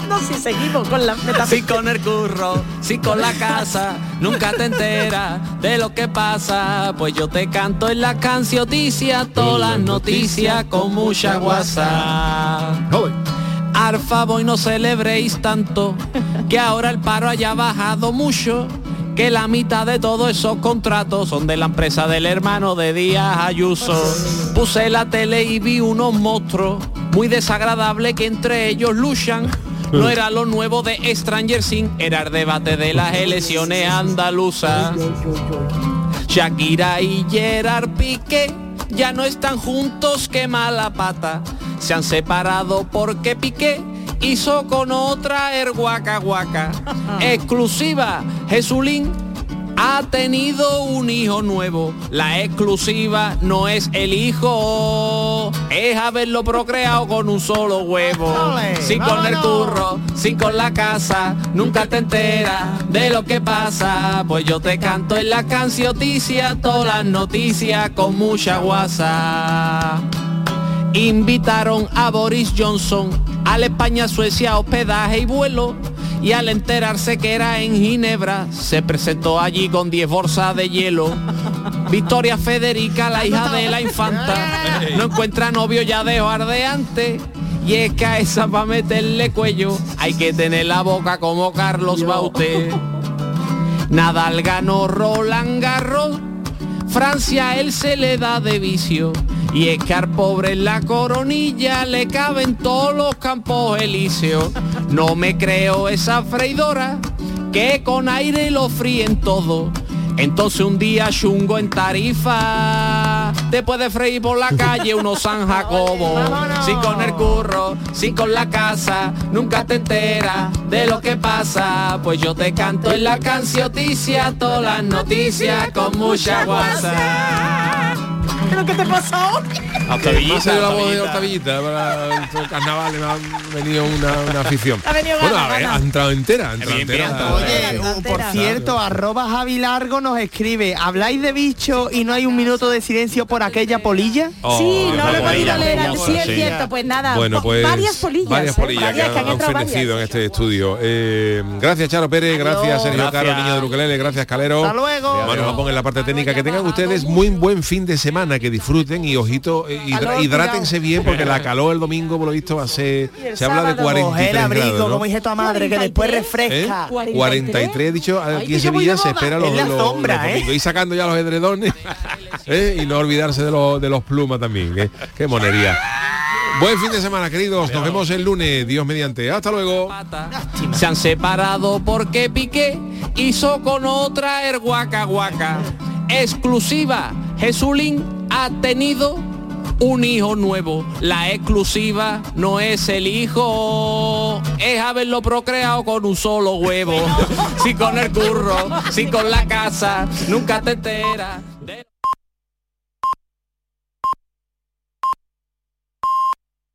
No, si seguimos con la
Si con el curro, si con la casa, nunca te enteras de lo que pasa. Pues yo te canto en la cancioticia, todas las noticias con mucha guasa. Arfa, voy no celebréis tanto, que ahora el paro haya bajado mucho. Que la mitad de todos esos contratos son de la empresa del hermano de Díaz Ayuso. Puse la tele y vi unos monstruos muy desagradables que entre ellos luchan. No era lo nuevo de Stranger Things, era el debate de las elecciones andaluzas. Shakira y Gerard Piqué ya no están juntos, qué mala pata. Se han separado porque Piqué hizo con otra el guaca guaca. Exclusiva, Jesulín ha tenido un hijo nuevo. La exclusiva no es el hijo, es haberlo procreado con un solo huevo. Si con el curro, si con la casa, nunca te enteras de lo que pasa. Pues yo te canto en la cancioticia todas las noticias con mucha guasa. Invitaron a Boris Johnson a la España-Suecia hospedaje y vuelo y al enterarse que era en Ginebra se presentó allí con 10 bolsas de hielo. Victoria Federica, la hija de la infanta, no encuentra novio ya de ardeante y es que a esa para meterle cuello hay que tener la boca como Carlos Baute. Nadal ganó Roland Garros Francia él se le da de vicio y es que al pobre en la coronilla le caben todos los campos elíseos. No me creo esa freidora que con aire lo fríen todo. Entonces un día chungo en tarifa, te puede freír por la
<laughs>
calle unos San Jacobo. Si con el curro, si con la casa, nunca te enteras de lo que pasa. Pues yo te canto en la cancioticia todas las noticias con mucha guasa.
¿Pero qué te pasa hoy?
Octavillita,
Octavillita,
la voz de Octavillita para el carnaval le ha venido una, una afición.
Ha venido
bueno,
gana,
a ver,
gana.
ha entrado entera, ha entrado
Bien, bien,
entera.
ha entrado
Eh,
Oye, por cierto, arroba Javi Largo nos escribe, ¿habláis de bicho y no hay un minuto de silencio por aquella polilla?
Oh, Sí, no lo he podido polilla, leer,
Sí, es cierto, pues nada.
Bueno,
po-
pues
varias polillas.
varias
¿eh?
polillas
Varias
que han,
entrado varias.
fenecido en este estudio. Eh, gracias Charo Pérez, gracias Sergio
Gracias.
Caro, niño de Ukelele, gracias Calero.
Hasta luego.
Manu Japón en la parte técnica. Que tengan ustedes muy buen fin de semana, que disfruten y ojito, eh, hidra-
Calor,
hidrátense bien porque la calor el domingo, por lo visto, va a ser. Se habla de
Coger
43
el abrigo,
grados, ¿no?
como dije tu madre, que después
¿Eh?
refresca.
43 he dicho aquí en
que pues yo voy de
Sevilla se
boda.
espera
Es
los,
la
los-
sombra,
los
¿eh?
domingos. y sacando ya los
<laughs>
edredones ¿eh? y no olvidarse de los de los plumas también ¿eh? qué monería buen fin de semana queridos nos vemos el lunes dios mediante hasta luego
Se han separado porque Piqué hizo con otra el guaca guaca. Exclusiva, Jesulín ha tenido un hijo nuevo. La exclusiva no es el hijo, es haberlo procreado con un <laughs> solo huevo. Si con el curro, si con la casa, nunca te enteras.